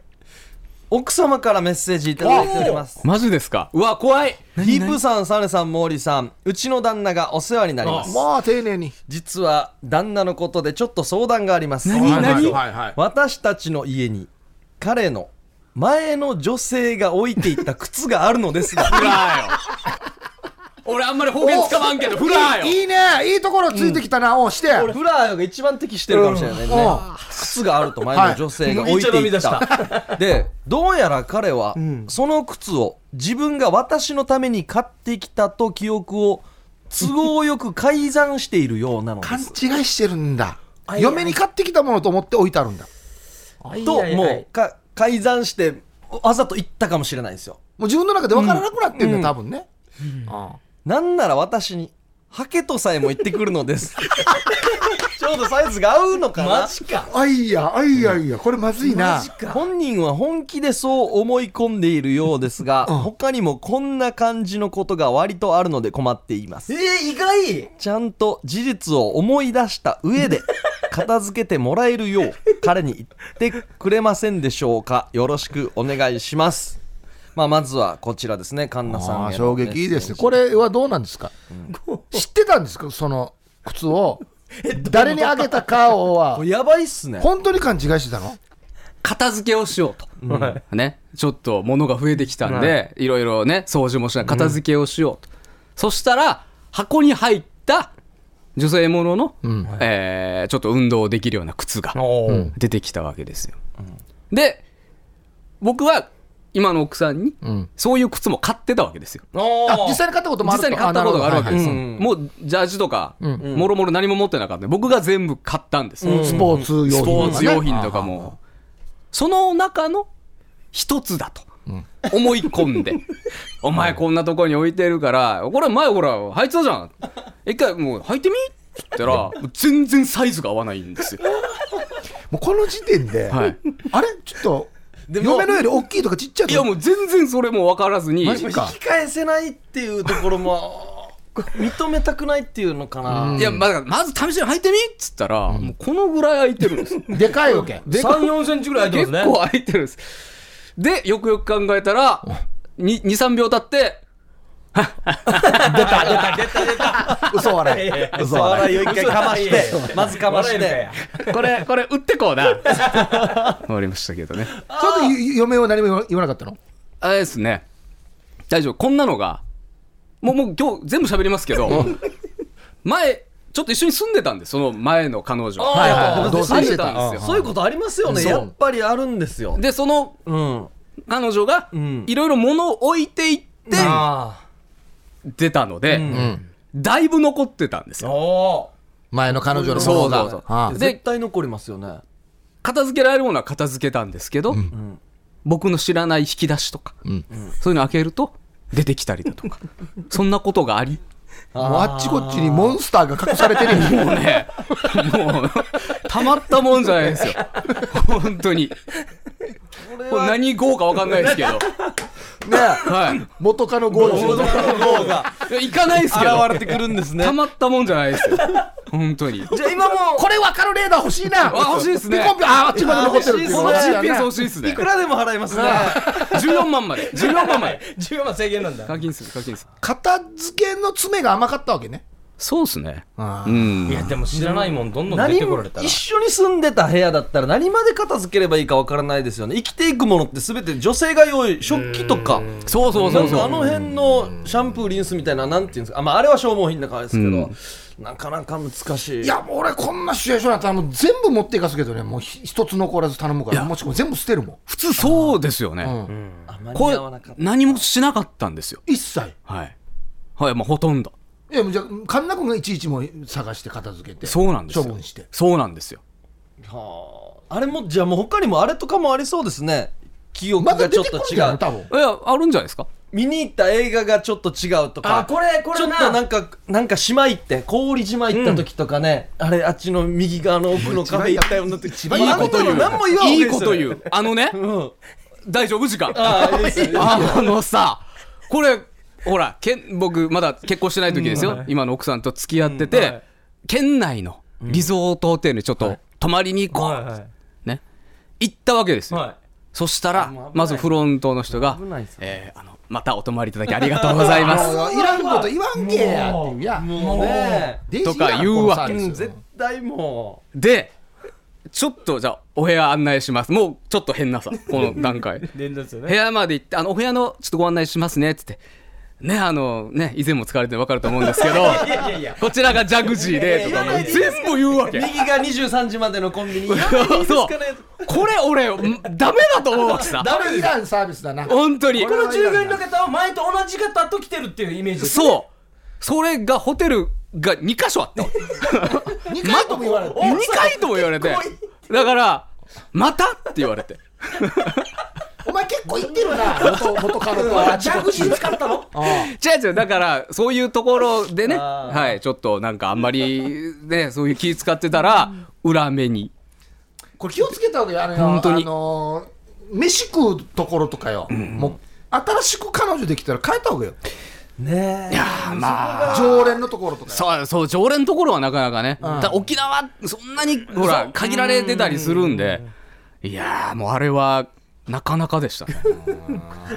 奥様からメッセージいただいております
マジですかうわ怖い
ヒープさんサネさん毛利さんうちの旦那がお世話になります
まあ丁寧に
実は旦那のことでちょっと相談があります
何何
はいはい
私たちの家に彼の前の女性が置いていった靴があるのですが
フラーよ俺あんまり方言使わんけどフラーよ
いいねいいところついてきたな、おうして や
俺フラーヨが一番適してるかもしれないね、
うんうん
靴があると前の女性が置いていった、
はい
でどうやら彼はその靴を自分が私のために買ってきたと記憶を都合よく改ざんしているようなので
勘違
す
いしてるんだ嫁に買ってきたものと思って置いてあるんだ
とも
も
うか改ざんしてわざと言ったかもしれないですよ
もう自分の中で分からなくなってんだ、多分ね、
なんなら私に「ハケとさえも言ってくるのですちょうどサイズが合うのかな
か
あいやあいやいやこれまずいな
本人は本気でそう思い込んでいるようですが、他にもこんな感じのことが割とあるので困っています
えー、意外
ちゃんと事実を思い出した上 で片付けてもらえるよう彼に言ってくれませんでしょうかよろしくお願いしますまあまずはこちらですね神田さんへ
あ
の
ー衝撃いい
メッ
ですね
セージ
これはどうなんですか知ってたんですかその靴を 誰にあげたかをは
これやばいっすね
本当に勘違いしてたの
片付けをしようと、ね、ちょっと物が増えてきたんで、いろいろね掃除もしながら片付けをしようと、そしたら箱に入った女性ものの、えーちょっと運動できるような靴が
おー
出てきたわけですよ、で僕は今の奥さんに、
ん
そういう靴も買ってたわけですよ
お
あ
ー
実際に買ったこともあ
実
ると
際に買ったことがあるわけですよ、
はいはい
もうジャージとか、もろもろ何も持ってなかったんで僕が全部買ったんですよ、
うんスポーツ用品
ス
とか
ポ
ね
ーツ用品とかも、その中の一つだと思い込ん で、お前こんなとこに置いてるから、これ前ほら、履いてたじゃん。一回もう履いてみって言ったら、もう全然サイズが合わないんですよ。
もうこの時点で、
はい
あれちょっと
でも
嫁のより大きいとかちっちゃい
い
と
や
か
もう全然それも分からずに、
マジ
引
か
き返せないっていうところも 認めたくないっていうのかな、
いや、まあまず試しに履いてみっつったら、もうこのぐらい履いてるんですよ
でかいわけ
3、4センチぐらい空いて
結
ますね。
構空いてるんです。で、よくよく考えたら、2、3秒経って、
嘘笑い嘘
笑
笑い
いを一回かまし
いやいやい
てまずかまし
笑え
て
る
これ、これ、売ってこうな。終わりましたけどね。
それでゆ嫁は何も言わ言わなかったの
あれですね。大丈夫。こんなのが、もう、もう今日全部喋りますけど、前、ちょっと一緒に住んでたんです、その前の彼女。
あー
はいはいはい
同棲して
同棲
た
し
ん
て
で
た
す
そういうことありますよね
そう
やっぱりあるんですよ
よ。で、その
うん
彼女が
ん、
いろいろ物を置いていって、
あ
出たので、だいぶ残ってたんです
あ。
よ。
お
前の彼女の
そう
方が
そうそう
ああ
で
絶対残りますよね
片付けられるものは片付けたんですけど、僕の知らない引き出しとか、そういうの開けると、出てきたりだとか、そんなことがあり、
もうあっちこっちにモンスターが隠されてるよ
もうね、もう、たまったもんじゃないですよ。本当に。
これ
これ
は
何号かわかんないですけど。
ね
はい。
元カノゴールド
いや行かないですけど。
現れてくるんですね
たまったもんじゃないですよ。本当に。
じゃあ今も
これ分かるレーダー欲しいな
あ欲しいですね
ピコンピコンああっちまで残ってるっていう
この GPS 欲しいです
い
ね
く。らでも払います ね
14万まで。14万まで。
14万制限なんだ。
課金する、課金する。
片付けの詰めが甘かったわけね
そうですね。
ああ
う
い
ん。
や、でも知らないもん、どんどん出
何
てこられたら
一。緒に住んでた部屋だったら何まで片付ければいいかわからないですよね生きていくものって全て女性が用意食器とか
そうそう
な
そ
ん
う
かあ
そ
の辺のシャンプーリンスみたいななんていうんですかあ,、まあ、あれは消耗品だからですけど、なかなか難しい
いやもう俺こんなシチュエーションだったらもう全部持っていかすけどねもうひ一つ残らず頼むからもしくは全部捨てるもん
う。普通そうですよね。
うん
あまり
こ
合
れ
わなかっ、た
何もしなかったんですよ。
一切
はい。はい、まあほとんど。
いやもうじゃあ神田君がいちいちもう探して片付けて
そうなんですよ。
処分して
そうなんですよ。
はああれもじゃあもう他にもあれとかもありそうですね記憶
また
が
出
ちょってと
くるん
違
じゃな
う
い多分
いや、あるんじゃないですか
見に行った映画がちょっと違うとか
あ、これ、こ
ちょ
れ
っ
な。
となんか、なんか島行って、氷島行った時とかね、あれ、あっちの右側の奥のカフェ行ったような時、一
番
いいこと言う。
何も言わんわけ
い
ですよ
いこと言う。あのね、
うん。
大丈夫時間。
ああ、いいですよ。
あのさ、これ、ほら、けん僕、まだ結婚してない時ですよ。今の奥さんと付き合ってて、
うんはい
県内のリゾートホテルにちょっと泊まりに行こう。
はいは
ね。行ったわけです
い。
よ。
は
そしたら
もう危ない、
まずフロントの人が
危ないです、よ
えーあの、またお泊まりいただきありがとうござい ます。
いらんこと言わんけやっていういや
もうね、
電子
とか言うわけ
イヤ
う
ホン
ん
のサー
絶
ビス
対も
で、ちょっとじゃあ、お部屋案内します。もう、ちょっと変なさ、この段階。
い。 連動ですよ
部
ね。
屋まで行って、あの、お部屋のちょっとご案内しますね、つって。ね、あの、ね、以前も使われて分かると思うんですけど、
い やいやいや。
こちらがジャグジーで、とかもう全部言うわ
う、
け。
右が23時までのコンビニ、いらないです
そう
かね。
これ俺、んダメだと思うわけさ。
これいらんサービスだな
本当に
こ。の従業員の方は前と同じ方と来てるっていうイメージですね。
そう。それがホテルが2箇所あった。
2回とも言われる
2回とも言われて。だから、またって言われて。
お前結個いってるな元元カノとは
ジャグジー使ったの
違う違うだからそういうところでね、
あー
はい、ちょっとなんかあんまりねそういう気使ってたら裏目に
これ気をつけた方がいいあのよ
本当に
あのー飯食うところとかよ、もう新しく彼女できたら変えた方がいいよ
ねえ
常連のところとかよ
そうそう常連のところはなかなかね、ただ沖縄そんなにほら限られてたりするんでいやーもうあれはなかなかでしたね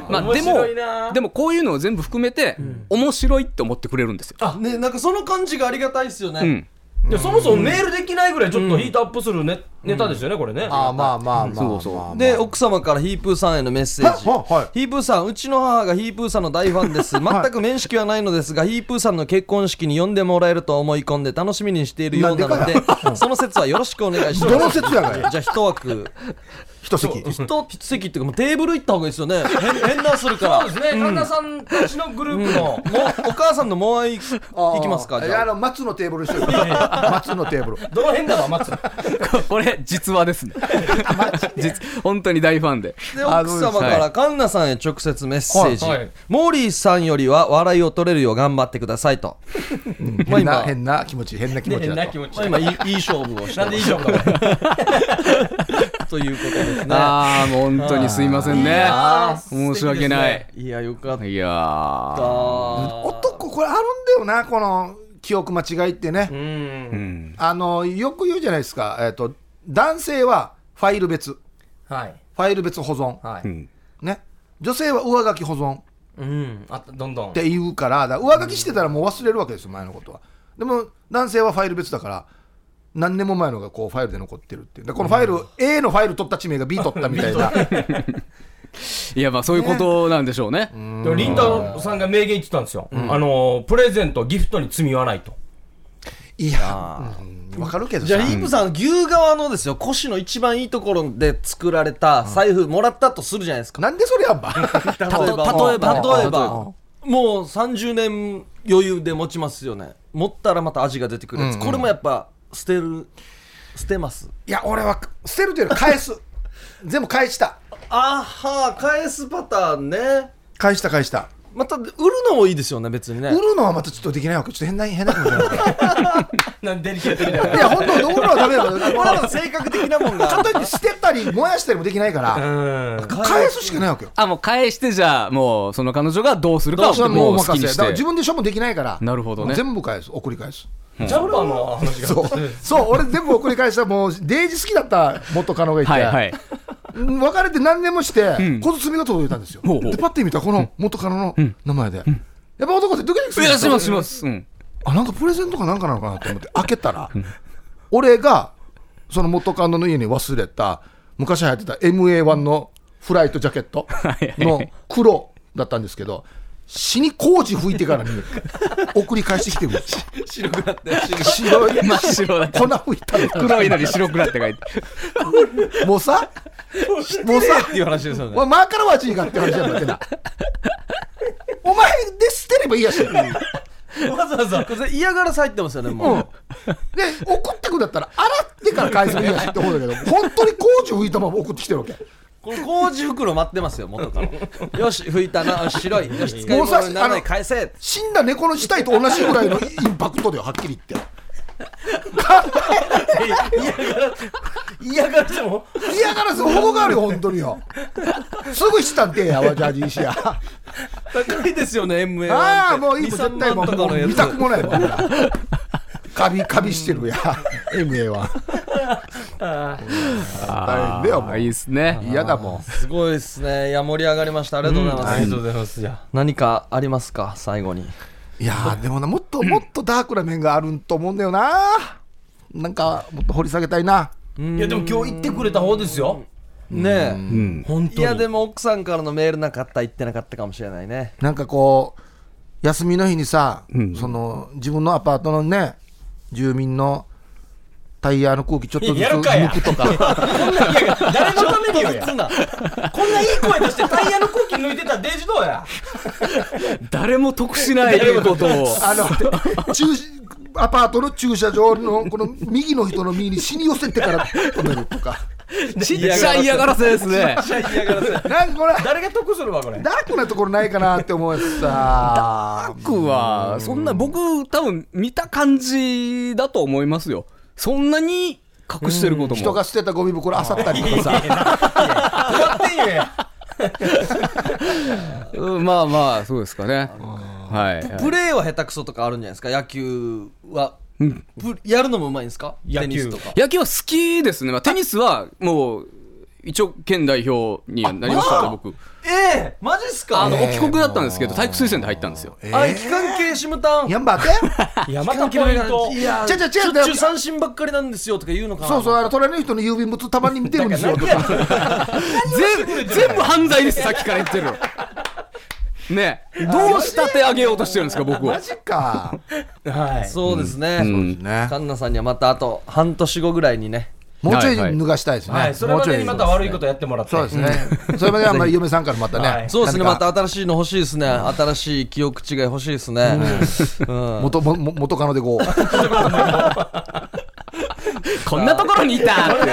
まあで
面
も
白いな
でもこういうのを全部含めて、面白いって思ってくれるん ですよ、
あねなんかその感じがありがたいですよね、
うん、
いやそもそもメールできないぐらいちょっとヒートアップするねネタですよねこれね
ああまあまあまあまあ、
そうそう
まあ
で奥様からヒープーさんへのメッセージ、
はははい
ヒープーさんうちの母がヒープーさんの大ファンです 全く面識はないのですがヒープーさんの結婚式に呼んでもらえると思い込んで楽しみにしているようなので
なんで
その説はよろしくお願いします
どの説やがい
じゃあ一枠
一席
一席っていうかもうテーブル行った方がいいですよね変変なするか
そう
ら
ですね神田さんたちのグループの
もうお母さんのモアイ行きますかじ
じゃあ
ゃ
の松のテーブルしてる松のテーブル
どの辺だわ松
これ実話です ね実本当に大ファンで
あで奥様か
は
らカンナさんへ直接メッセージ、
はいはい
モーリーさんよりは笑いを取れるよう頑張ってくださいと、まあ
変
今
な変な気持ち変な気持ち
変
だ
な
と
気持ち
まあ今いいいい勝負をして
なんで以上かこれ
ということですね
ああもう本当にすいませんね
あー
申し訳ない、
いやよかった
いやー
男これあるんだよなこの記憶間違いってね
うん
あのよく言うじゃないですかえっ、と男性はファイル別フ
はい
ァイル別保存、
は
う
い
ん
ね女性は上書き保存
うんあどんどん
って言うからだから上書きしてたらもう忘れるわけですよ前のことはでも男性はファイル別だから何年も前のがこうファイルで残ってるっていうだからこのファイル、A のファイル取った地名が B 取ったみ たいな
いやまあそういうことなんでしょうね
でもりんたろーさんが名言言ってたんですよ、あのープレゼントギフトに罪はないと
いやうんわかるけど
じ
さ
ゃあイープさん牛側のですよ腰の一番いいところで作られた財布もらったとするじゃないですか
なんでそれやんば
例
えば
例えば
例えば
もう30年余裕で持ちますよね持ったらまた味が出てくるやつ、これもやっぱ捨てる捨てます
いや俺は捨てるというより返す全部返した
あはー返すパターンね
返した返した
また売るのもいいですよね別にね
売るのはまたちょっとできないわけちょっと変な変なことじゃ
なんでデリケートみたいな
ないいや本当売るのはダメだ けど
俺らの性格的なもんが
ちょっと言って捨てたり燃やしたりもできないから
うん
返すしかないわけよ
あもう返してじゃあもうその彼女がどうするか
それは
を
も
も
う
う
お
好き
任
に
せ
し
だから自
て
分で処分できないから
なるほどね
もう全部返す送り返す
ジャンパーの話が
そうそう俺全部送り返したもうデイジ好きだった元カノがいて、
はいはい
うん別れて何年もして、
ん
この罪が届いたんですよ、
ほうほう
でパッて見たらこの元カノの名前で、やっぱ男ってドキドキす
い
るんで
や
す
し
よ
ますしますうん
あなんかプレゼントかなんかなのかなと思って開けたら、俺がその元カノの家に忘れた昔流行ってた MA1 のフライトジャケットの黒だったんですけど死に工事吹いてからに送り返してきてくる
白くなって
白い
真っ白だ
粉吹いたの
黒いのに白くなって書いて
もうさもうさ
っていう話ですよね
お前前からはちいかって話じゃなくてなお前で捨てればいいやし、で
わざわざ嫌がらせ入ってますよね もう、
送ってくんだったら洗ってから返せばいいやしって思うんだけど本当に工事吹いたまま送ってきてるわけ
この工事袋待ってますよ元からよし拭いたな白いよし使い
もうさ
物にならな
あの
い返せ
死んだ猫の死体と同じぐらいのインパクトだよはっきり言 って
嫌がらせも
嫌がらせ保護があるよ本当によすぐしたんてやわジャージーシア
高いですよね MA
ああもういいもう
2 3
絶対も
万
う
とかのや
見
つ
たくもないわほらカビカビしてるや MA は大変だよも
あ
う
あいいっすね
嫌だもん
すごいですねいや盛り上がりましたありがとうございます、
りがとうございますじゃ
何かありますか最後に
いやーでもなもっともっとダークな面があると思うんだよななんかもっと掘り下げたいない
やでも今日言ってくれた方ですよ
ね
本
えい
当
や
に
でも奥さんからのメールなかった言ってなかったかもしれないね
なんかこう休みの日にさ、その自分のアパートのね住民のタイヤの空気ちょっとずつ
やるかや
抜くとか
こんないやいや誰のためによや
つな
こんないい声出してタイヤの空気抜いてたらデジどうや
誰も得しないことを
あの駐アパートの駐車場のこの右の人の右に死に寄せてから止めるとか
ちっちゃい嫌がらせです
なん
ね。
かこれ
誰が得するわこれ
ダークなところないかなって思うさ
僕は、そんな、僕、多分、見た感じだと思いますよ。そんなに隠してることも。
人が捨てたゴミ袋あさったりとかさ
困ってんよや
うんまあまあ、そうですかね。はいはい。
プレーは下手くそとかあるんじゃないですか野球は、プやるのもうまいんですか
野
テ
球
ニスとか
野球は好きですね。まあ、テニスは、もう、一応、県代表にはなりましたから、僕。
ええマジっすか
あの、
え
お帰国だったんですけど、体育推薦で入ったんですよ。
えあ期間系シムタン
やんばって
山田ポイント
いや
違う違う違う
しょっちゅう三振ばっかりなんですよとか言うのかな
そうそうあの隣の人の郵便物たまに見てるんですよとか
全部、全部犯罪です、さっきから 言ってるの。ねえどう仕立て上げようとしてるんですか、僕を
マ。ジか
はい
そうですね、
うんうん
ね
カンナさんにはまたあと半年後ぐらいにね
もうちょい
はいはい
脱がしたいですね、
はい、それまでにまた
もう
悪いことやってもらって。
ちょいそうですね、それまではあんまり嫁さんからまたね、
はい
そうですね
何
ま
か
た新しいの欲しいですね新しい記憶違い欲しいですね、うん
元もも元カノで こう
こんなところにいた って
ゲ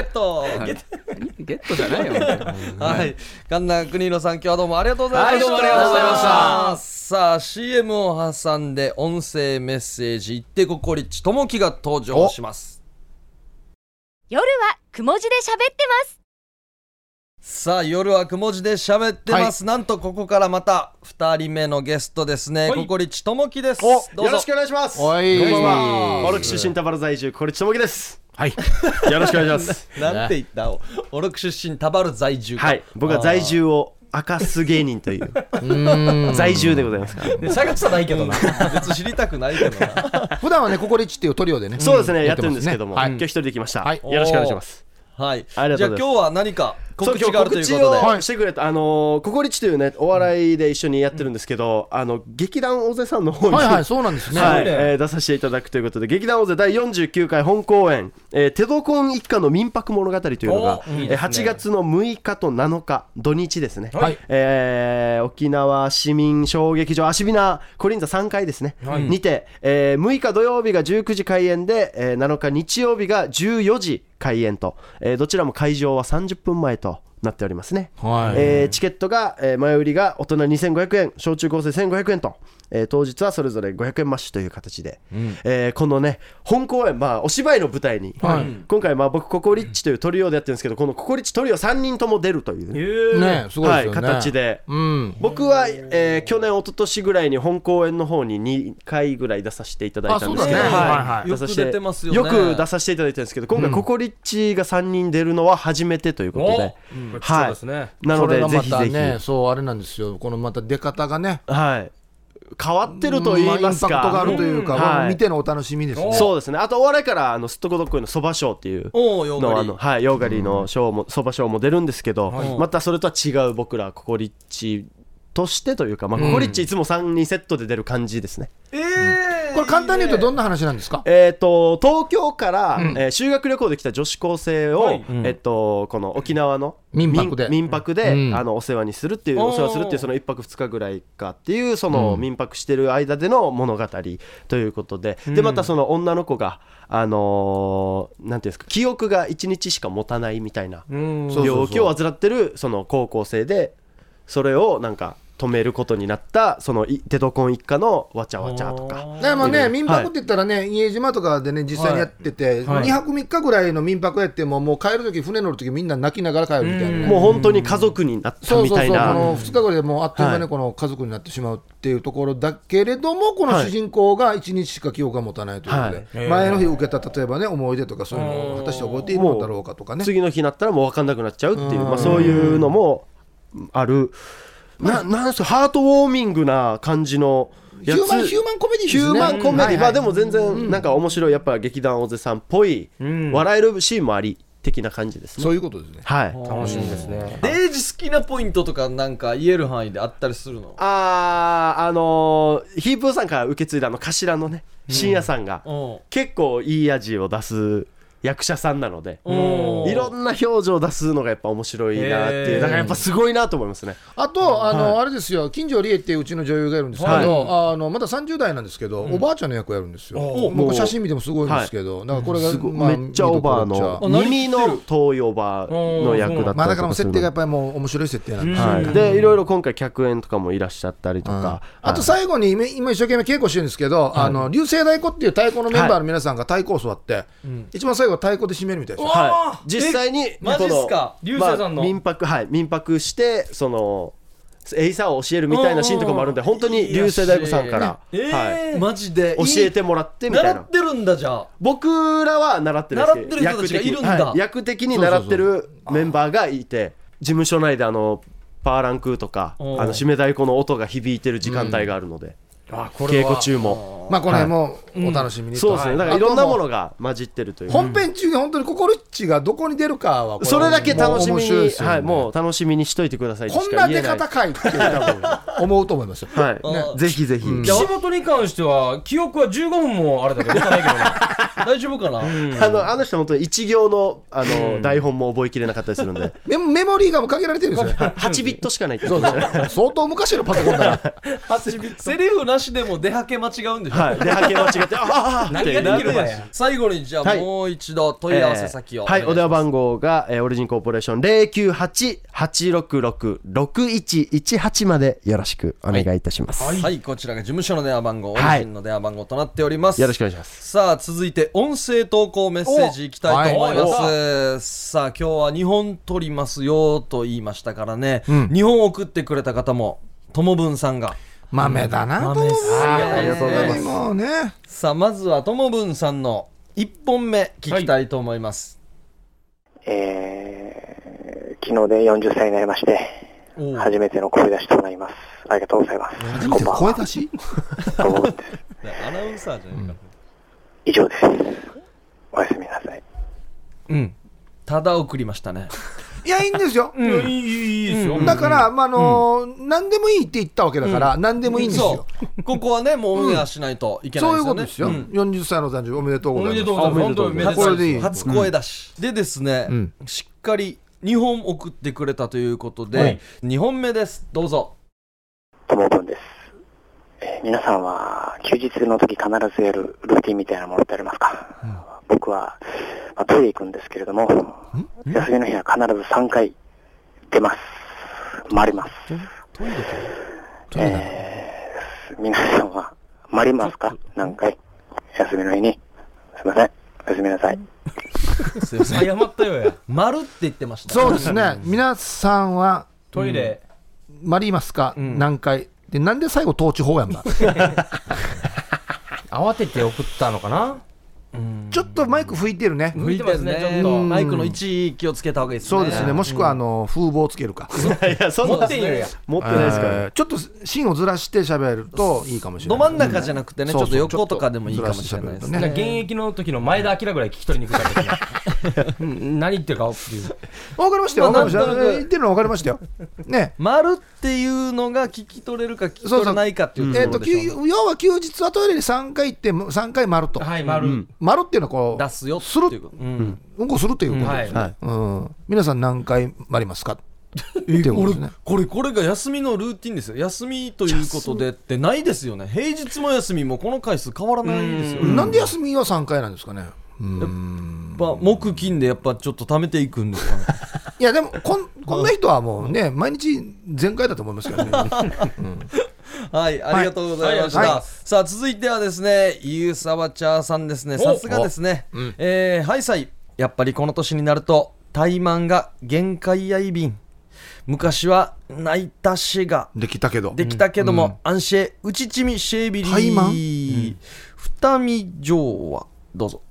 ット
ゲットじゃないよ。本 当に
はい、神田国広さん、今日はどうもありがとうございました。
はいどうもありがとうございました
さあ、CM を挟んで、音声メッセージ、言ってここりちともきが登場します。
夜はくも字で喋ってます
さあ、夜はくも字で喋ってます。なんと、ここからまた、二人目のゲストですね、
はい
ここりちともきです。どう
よろ
ぞ
し。くお願いします。
おい
こんばんは。モルク出身タバル在住、これちともきです。はい。よろしくお願いします。
なんて言ったお、オルク出身、タバル在住。
はい。僕は在住を明かす芸人という、在住でございますから。
で探したないけどな。
別に知りたくないけどな。
普段はねココリッチっていうトリオでね、
そうですね、や
やっ
ってて
ますね
るんですけども、
はい
今日一人で来ました。
はい
よろしくお願いします。
はい。
ありがとうございます
じゃあ、今日は何か告知があるということ
そう今日
で。
告知をしてくれた、あのー、ココリッチというね、お笑いで一緒にやってるんですけど、あの、劇団大勢さんの方に、
はいはいそうなんですね、
は
す
い
ごいね
えー出させていただくということで劇団大勢第49回本公演「えー、テドコン一家の民泊物語」というのが
おいい
えー
ですね
8月の6日と7日土日ですね、
はい
えー沖縄市民小劇場アシビナコリンザ3階ですね、にて、えー6日土曜日が19時開演で、えー7日日曜日が14時開演と、えーどちらも会場は30分前となっておりますね。
はい
えーチケットが、えー前売りが大人2500円小中高生1500円と、えー当日はそれぞれ500円マッシュという形で、えーこのね本公演、まあ、お芝居の舞台に、今回、まあ、僕ココリッチというトリオでやってるんですけどこのココリッチトリオ3人とも出るというね、
ねすごいで
は
す
い、
よね、
形で。
うん
僕は、えー去年一昨年ぐらいに本公演の方に2回ぐらい出させていただいたんですけど、
あそうだね
はいはいよく出てますよね
よく出させていただいたんですけど今回ココリッチが3人出るのは初めてということで、
そう
は
ですね。
い、なの
それ
で
が
ぜ
ま
ひぜ
た
ひ、
ねそうあれなんですよこのまた出方がね
はい、変わってると言います
インパクトがあ
か
る。というか、
うん
まあ
はい
見てのお楽しみですね
そうですね。あとお笑いからあのすっとこどっこいのそばショーっていう
おうよう
のあの
が
はいヨーガリーのショーもそばショーも出るんですけど、またそれとは違う僕らココリッチとしてというかまあココリッチいつも三人セットで出る感じですね。
り。ええ。
これ簡単に言うと
ど
どんな話なんですか
えっと東京からえー修学旅行で来た女子高生をえっとこの沖縄の
民泊で
民民泊
う
で
ん
あのお世話にするっていうお世話するっていうその一泊二日ぐらいかっていうその民泊してる間での物語ということででまたその女の子があのーなんていうんですか記憶が一日しか持たないみたいな
そうそう
病
そう
気を患ってるその高校生でそれをなんか止めることになったそのいテトコン一家のわちゃわちゃとか
でも
は
ね、
い
民泊って言ったらね、家島とかでね、実際にやってて、
はい
2泊3日ぐらいの民泊やっても、もう帰るとき、船乗るとき、みんな泣きながら帰るみたいなね、
もう本当に家族になった
そう
み
そう
た
そう、
い
こ
な。
の2日ぐらいでもうあっという間に
はい
この家族になってしまうっていうところだけれども、この主人公が1日しか記憶が持たないということで、
はい
前の日受けた例えばね、思い出とかそういうのを果たして覚えているのだろうかとかね。
次の日になったらもう分かんなくなっちゃうっていう、まあ、そういうのもある、ななんですか、ハートウォーミングな感じの
ヒ
やつ、
ューマンヒューマンコメディです
ヒ
ね
ューマンコメディ、
うんはいはい
まあでも全然、なんか面白い、やっぱ劇団大勢さんっぽい、笑えるシーンもあり的な感じですね。
そういうことですね。
はい
楽しみですね。
デイジ好きなポイントとかなんか言える範囲であったりするの
あーあのーヒープーさんから受け継いだあの頭のね深夜さんが
うん
結構いい味を出す役者さんなので
おー
いろんな表情を出すのがやっぱ面白いなってい
へー
うだからやっぱすごいなと思いますね
あと、あの、あれですよ、近所理恵っていううちの女優がいるんですけど、あの、まだ30代なんですけど、おばあちゃんの役をやるんですよ。もう写真見てもすごいんですけど、なんかこれが、
すごい
まあ
めっちゃオーバー
見どころっ
の
ちゃ
何
耳の遠いオーバーの役だったりとかするので
まあ、だからもう設定がやっぱりもう面白い設定なんで。
はい、でいろいろ今回客演とかもいらっしゃったりとか、
あと最後に今今一生懸命稽古してるんですけど、あの流星太鼓っていう太鼓のメンバーの皆さんが太鼓を座って、一番最後は太鼓で締めるみたいですよ。
はい、実際に
マジっすか
こ
流星さんの
民泊はい民泊してそのエイサーを教えるみたいなシーンとかもあるんで本当に流星大悟さんから、はい、
えーマジで
教えてもらってみた
習
いな
ってるんだじゃあ
僕らは習ってるんですけ
習って
ど
る人たちがいるんだ
役的にはい役的に習ってるメンバーがいて事務所内であのパーランクーとかあ
おう
の締め太鼓の音が響いてる時間帯があるので、稽古中も。
まあこの辺もお楽しみにと、
そうですね、だから
あ
いろんなも
とう
のが混じってるという
本編中に本当に心っちがどこに出るかはこ
それだけ楽しみ
もう面白いで
に
すよね
はいもう楽しみにしといてください
こんな出
しか言え
方かいって多分思うと思いますよ。
ないはいぜひぜひ
岸本に関しては記憶は15分もあれだ けど出てないけどな
大丈夫かな
あのあの人本当に一行のあの台本も覚えきれなかったりするんで
メメモリーがもう限られてるんですよね。
8ビットしかないって
そ
こ
う
と
そう
ですね
相当昔のパソコンだ な。
セリフなしでも出はけ間違うんでしょ、
はいで波形間違ってああああ
何ができるかや
最後にじゃあ
はい
もう一度問い合わせ先を、
えーはい、お電話
ば
番号が、えーオリジンコーポレーション098-866-6118までよろしくお願いいたします。
はい、こちらが事務所の電話番号、
は
オ
い
リジンの電話番号となっております
よろしくお願いします。
さあ続いて音声投稿メッセージいきたいと思います、さあ今日は2本取りますよと言いましたからね、
ん
2本送ってくれた方もともぶんさんが
豆だなと思う。
あ
ありがとうございます
もうね。
さあまずはともぶんさんの1本目聞きたいと思います、
えー、昨日で40歳になりまして、
おう
初めての声出しとなります。ありがとうございます。こんばんは。
出し
どうもです
アナウンサーじゃないか、
以上です。おやすみなさい。
うんただ送りましたね
いや、いいんですよ。
いいいいいいですよ
だから、まあ、あのー、何でもいいって言ったわけだから、何でもいいんですよ。
そうここはねもうオンエアしないといけない
そう
で
い
す
うこ
よ
と
ね
ですよ。
うん
40歳の誕生日おめでとうご
お
ざ
め
い
で
ま
とう。ご
す
ざいます本当にめで
こ
た
れ
い
でいいよ。
初声だし、でですね、
ん
しっかり2本送ってくれたということで、
はい
2本目ですどうぞ
ともぶんです。えー皆さんは休日の時必ずやるルーティンみたいなものってありますか、僕は、まあ、トイレ行くんですけれども、休みの日は必ず3回出ます。回ります。えー皆さんは回りますか何回休みの日に。すいません。おやすみなさい。
すいません
謝ったよや
「丸って言ってました
そうですね。皆さんは、
トイレ
マリーマスか、何回。で、なんで最後、統治法やん な。
慌てて送ったのかな
ちょっとマイク吹いてるね。
吹いてますねちょっ
う
と
んマイクの位置気をつけた方がいいですね
そうですね。もしくは、あの、風貌をつけるか。
いや、そん
持
な
ってんよや
持ってないですから、
えーちょっと芯をずらして喋るといいかもしれな
ど
い。
真ん中じゃなくてね、
そ
ち
う
ょ
そ
っ
う
と横とかでもいいかもしれないですね
ちょっとずらして喋るとね
現役の時の前田明ぐらい聞き取りにくかったですね うん何言ってるかっていう
わかりましたよ。わ
ま
か
あ
りました
なん
よ。
となく
言ってるのわかりましたよ。ね。
丸っていうのが聞き取れるか聞き取れないかっていう
えっ、
とことろ
き
でしょうね
ゅ要は休日はトイレに3回行って、3回丸と。
はい丸
丸っていうのはこう、
出すよ
する
っていうこと、うん
うんこするということです
うんは
ね。うん皆さん何回丸りま すかっていうことですね。
これこれが休みのルーティンですよ休みということでってないですよね平日も休みもこの回数変わらないですよね
なんで休みは3回なんですかね。
やっぱ木金でやっぱちょっと貯めていくんですかね
いや、でもこん、こんな人はもうね、毎日全開だと思いますけどね。
はいありがとうございました、
はいはい
さあ続いてはですねゆうさわちゃーさんですねさすがですね、えーハイサイやっぱりこの年になると怠慢が限界やいびん昔は泣いたしが
できたけど。
できたけども、アンシェウチチミシェービリー
タイマン
二見城はどうぞ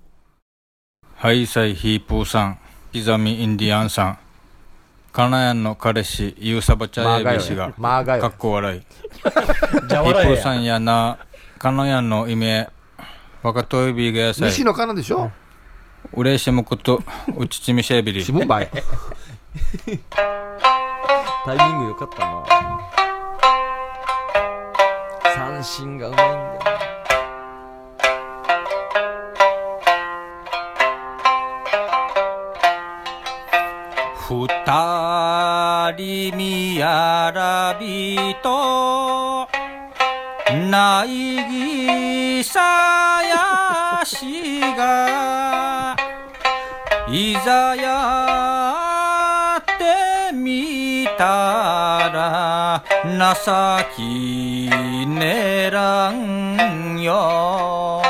ハイサイヒープーさん、イザミインディアンさん、カナヤンの彼氏、ユーサバチ
ま
ャ
あ
エ
が
ビ
よ
氏が、
まあが
か
よ
っ。こ 笑い。ヒ
じゃあ
ープ
笑え
ー
や
さんやな、カナヤンの意味、若といびがやさい
西、野カナでしょ
うれしむこと、うちちみしえびり
自。分ばい。
タイミング良かったな三振がうまいんだよな
二人見並びとないぎさやしがいざやってみたら情きねらんよ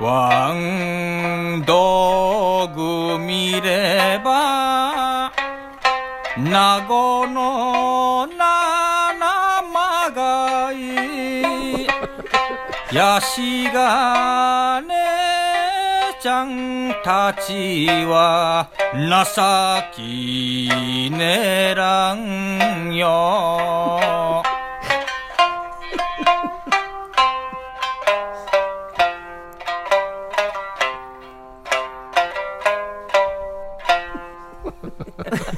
ワンドグ見れば名護の七曲がいヤシガネちゃんたちは情きねらんよ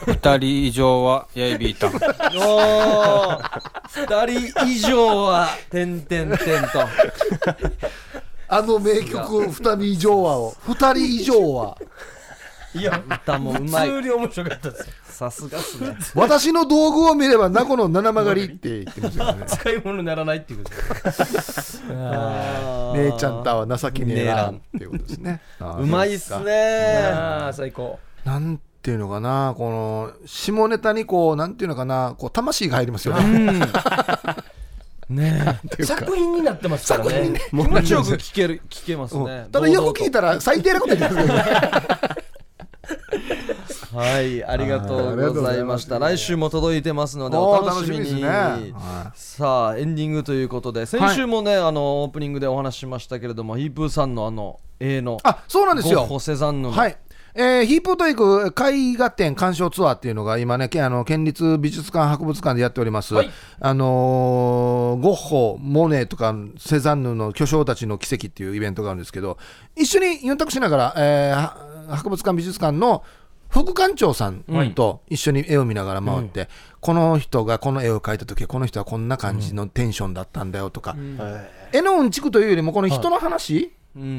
二人以上はやいびいたん
おー2人以上は点点点と
あの名曲、二人以上はを。二人以上は。
いや歌もうまい
通に面白かったです。
さすがっすね
私の道具を見れば、ナコの七曲がりって言ってましたよね。
使い物にならないっていうことです。
姉ちゃんたは情けねえなっていうことですね。
うまいっすね
ああ、最高。
なんていうのかな、この下ネタにこう、なんていうのかな、こう魂が入りますよ
う
ね。
んねえ
作品になってますからね。
気持ちよく聞ける聞けますね
ただよく聞い
た
たら最低なこと言ってますけどね。
はいありがとうございました来週も届いてますので
お
お
ー
楽しみに
楽しみですねは
さあエンディングということで先週もねあのオープニングでお話ししましたけれどもヒープーさんのあの A の
あ、そうなんです
ゴッ
よ
ホ。セザンヌの
はい。えーヒープートイク絵画展鑑賞ツアーっていうのが今ね、けあの県立美術館、博物館でやっております、
はい
あのーゴッホ、モネとかセザンヌの巨匠たちの奇跡っていうイベントがあるんですけど、一緒にユンタクしながら、えーは博物館、美術館の副館長さんと一緒に絵を見ながら回って、この人がこの絵を描いた時はこの人はこんな感じのテンションだったんだよとか、絵のうんちくというよりもこの人の
う
話、
ん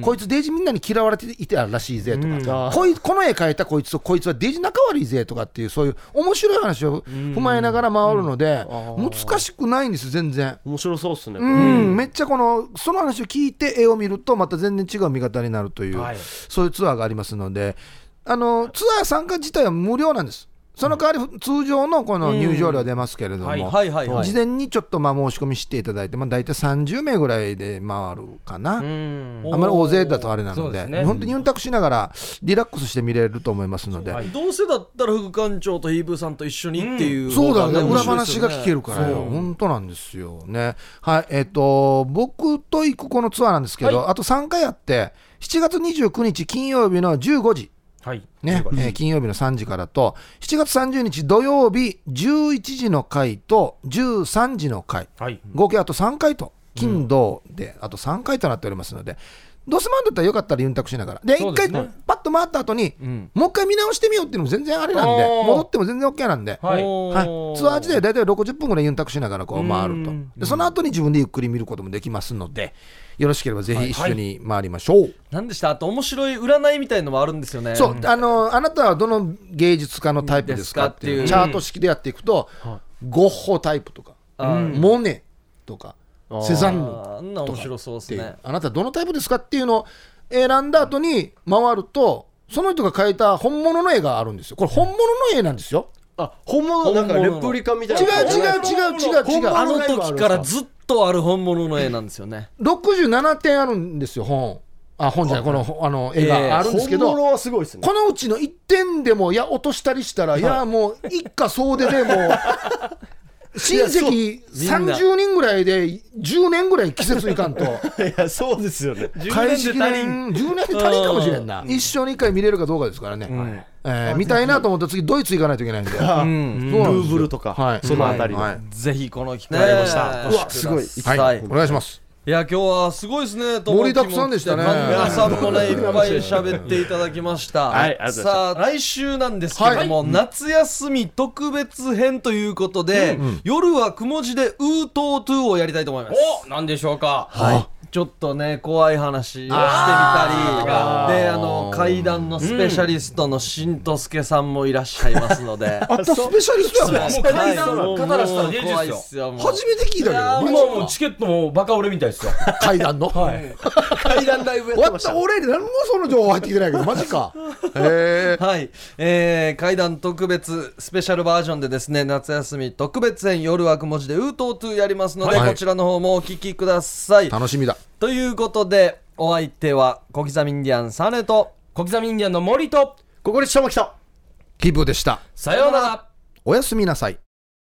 こいつデイジみんなに嫌われていたらしいぜとか、こいこの絵描いたこいつとこいつはデイジ仲悪いぜとかっていうそういう面白い話を踏まえながら回るので、難しくないんです全然。
面白そうっすね。
うん、めっちゃこのその話を聞いて絵を見るとまた全然違う見方になるという、
はい
そういうツアーがありますのであのツアー参加自体は無料なんですその代わり通常のこの入場料出ますけれども、
はいはいはいはい
事前にちょっとまあ申し込みしていただいて、まあ、大体30名ぐらいで回るかな、
うん。
あんまり大勢だとあれなので、
そうですね
本当にユンタクしながらリラックスして見れると思いますので、
はい
どうせだったら副館長とヒープーさんと一緒にっていう
そうだね、
方
裏話が聞けるから
そう
よ、本当なんですよね。はい、えっ、と、僕と行くこのツアーなんですけど、あと3回あって、7月29日金曜日の15時、
はい。
ねえー金曜日の3時からと、7月30日土曜日11時の回と13時の回、
はい。
合計あと3回と、金、土で、あと3回となっておりますので、どうせまんだったらよかったらユンタクしながら、で、
そう
1
です
回
ね
パッと回った後に、
うん
もう一回見直してみようっていうのも全然あれなんで、
おー
戻っても全然 OK なんで。
はい
お
はい、ツアー自体大体60分ぐらいユンタクしながらこう回ると
うん
でその後に自分でゆっくり見ることもできますのでよろしければぜひ一緒に回りましょう、
なんでしたあと面白い占いみたいのもあるんですよね
そうあのあなたはどの芸術家のタイプですかっていう
ですかっていう
チャート式でやっていくと、ゴッホタイプとか、モネとかセザンヌ
あーあんな面白そうで
っ
す
ていう
ね
あなたどのタイプですかっていうのを選んだ後に回るとその人が描いた本物の絵があるんですよこれ本物の絵なんですよ
あ、本物なんかレプリカみた
違う
いな。
違う違う違う違う
あの時からずっとある本物の絵なんですよね
67点あるんですよ、本。あ、本じゃない、このほあの絵
ええ
があるんですけど、
本物はすごいっすね。
このうちの1点でも、いや、落としたりしたら、い、や、もう、一家総出でもう、親戚
そうみんな
30人ぐらいで、10年ぐらい季節いかんと、
いや、そうですよね。
返し記念、10年で足りんかもしれんな、一生に1回見れるかどうかですからね、えー見たいなと思ったら、次、ドイツ行かないといけないんで、そう
あ
うん
なんですよ
ルーブルとか
はい
そのあたりの
はい
ぜひこの機
わか
会
り
を
ました
お
うわ
越しくださ
はいい
はい
お願いします。
いや今日はすごいですね
盛りだくさんでしたね
友達も来て神田さんもねいっぱい喋っていただきました
はいありがとうございま
さあ来週なんですけれども、夏休み特別編ということで、夜はくも字でウートートゥーをやりたいと思います
お、なんでしょうか。
はい、ちょっとね怖い話をしてみたりであの怪談のスペシャリストのしんとすけさんもいらっしゃいますので
あったスペシャリストやもん
もう階段の方からしたら芸術っすよ
怖いっすよもう
初めて聞いたけどマジ
今はもうチケットもバカ売れみたいですよ。
階段の
はい。
階段ライブや
終
って
わ
ま
っ
した
た俺より何もその情報入ってきてないけどマジかへえ
はい、えー、怪談特別スペシャルバージョンでですね夏休み特別編夜はく文字でウートートゥーやりますので、
はい
こちらの方もお聞きください
楽しみだ
ということでお相手は小刻みインディアンサネと
小刻みインディアンの森と、
ここで下も来た
キープでした
さようなら。
おやすみなさい